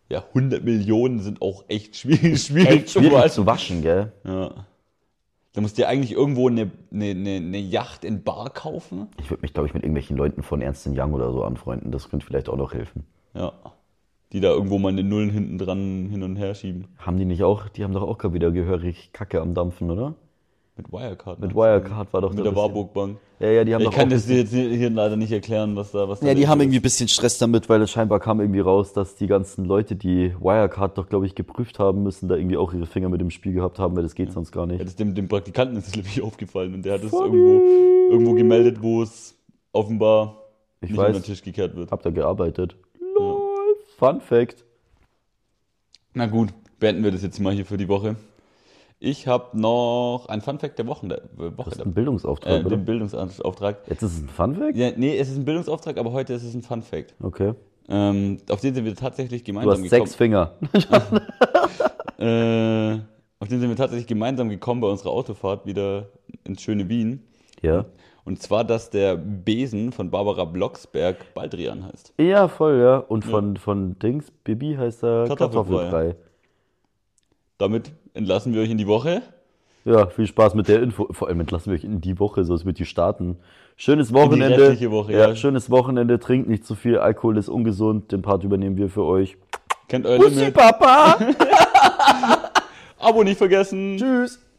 S3: Ja, 100 Millionen sind auch echt schwierig, schwierig zu
S2: Schwierig
S3: waschen.
S2: zu waschen, gell?
S3: Ja. Da musst du dir eigentlich irgendwo eine, eine, eine, eine Yacht in Bar kaufen.
S2: Ich würde mich, glaube ich, mit irgendwelchen Leuten von Ernst Young oder so anfreunden. Das könnte vielleicht auch noch helfen.
S3: Ja. Die da irgendwo mal eine Nullen hinten dran hin und her schieben.
S2: Haben die nicht auch, die haben doch auch gerade wieder gehörig Kacke am Dampfen, oder?
S3: Mit Wirecard.
S2: Mit
S3: meinst du?
S2: Wirecard war doch
S3: Mit
S2: da
S3: der
S2: das-
S3: Warburg Bank.
S2: Ja, ja, die haben
S3: Ich
S2: doch
S3: kann
S2: auch-
S3: das dir jetzt hier hier leider nicht erklären, was da was da
S2: Ja, die
S3: los
S2: haben
S3: ist.
S2: irgendwie ein bisschen Stress damit, weil es scheinbar kam irgendwie raus, dass die ganzen Leute, die Wirecard doch, glaube ich, geprüft haben müssen, da irgendwie auch ihre Finger mit dem Spiel gehabt haben, weil das geht sonst gar
S3: Ja,
S2: nicht.
S3: das dem, dem Praktikanten ist es nämlich aufgefallen und der hat es irgendwo, irgendwo gemeldet, wo es offenbar
S2: Ich
S3: nicht
S2: weiß.
S3: unter den Tisch gekehrt wird.
S2: Hab da gearbeitet. Lol. Fun Fact.
S3: Na gut, beenden wir das jetzt mal hier für die Woche. Ich habe noch ein Funfact der Woche, der Woche
S2: Das ist ein
S3: dabei.
S2: Bildungsauftrag,
S3: äh,
S2: oder?
S3: den Bildungsauftrag.
S2: Jetzt ist es ein Fun Fact?
S3: Ja, nee, es ist ein Bildungsauftrag, aber heute ist es ein Funfact.
S2: Okay.
S3: Ähm, auf den sind wir tatsächlich
S2: Du
S3: gemeinsam
S2: hast sechs Finger.
S3: Äh, auf den sind wir tatsächlich gemeinsam gekommen bei unserer Autofahrt wieder ins schöne Wien.
S2: Ja.
S3: Und zwar, dass der Besen von Barbara Blocksberg Baldrian heißt.
S2: Ja, voll, ja. Und von, von Dings, Bibi heißt er
S3: Kartoffelbrei.
S2: Kartoffelbrei.
S3: Damit entlassen wir euch in die Woche.
S2: Ja, viel Spaß mit der Info. Vor allem entlassen wir euch in die Woche, sonst wird die starten. Schönes Wochenende.
S3: restliche Woche,
S2: ja.
S3: ja.
S2: Schönes Wochenende. Trinkt nicht zu viel. Alkohol ist ungesund. Den Part übernehmen wir für euch. Oh,
S3: Kennt euer
S2: Bussi,
S3: Limit.
S2: Papa.
S3: Abo nicht vergessen.
S2: Tschüss.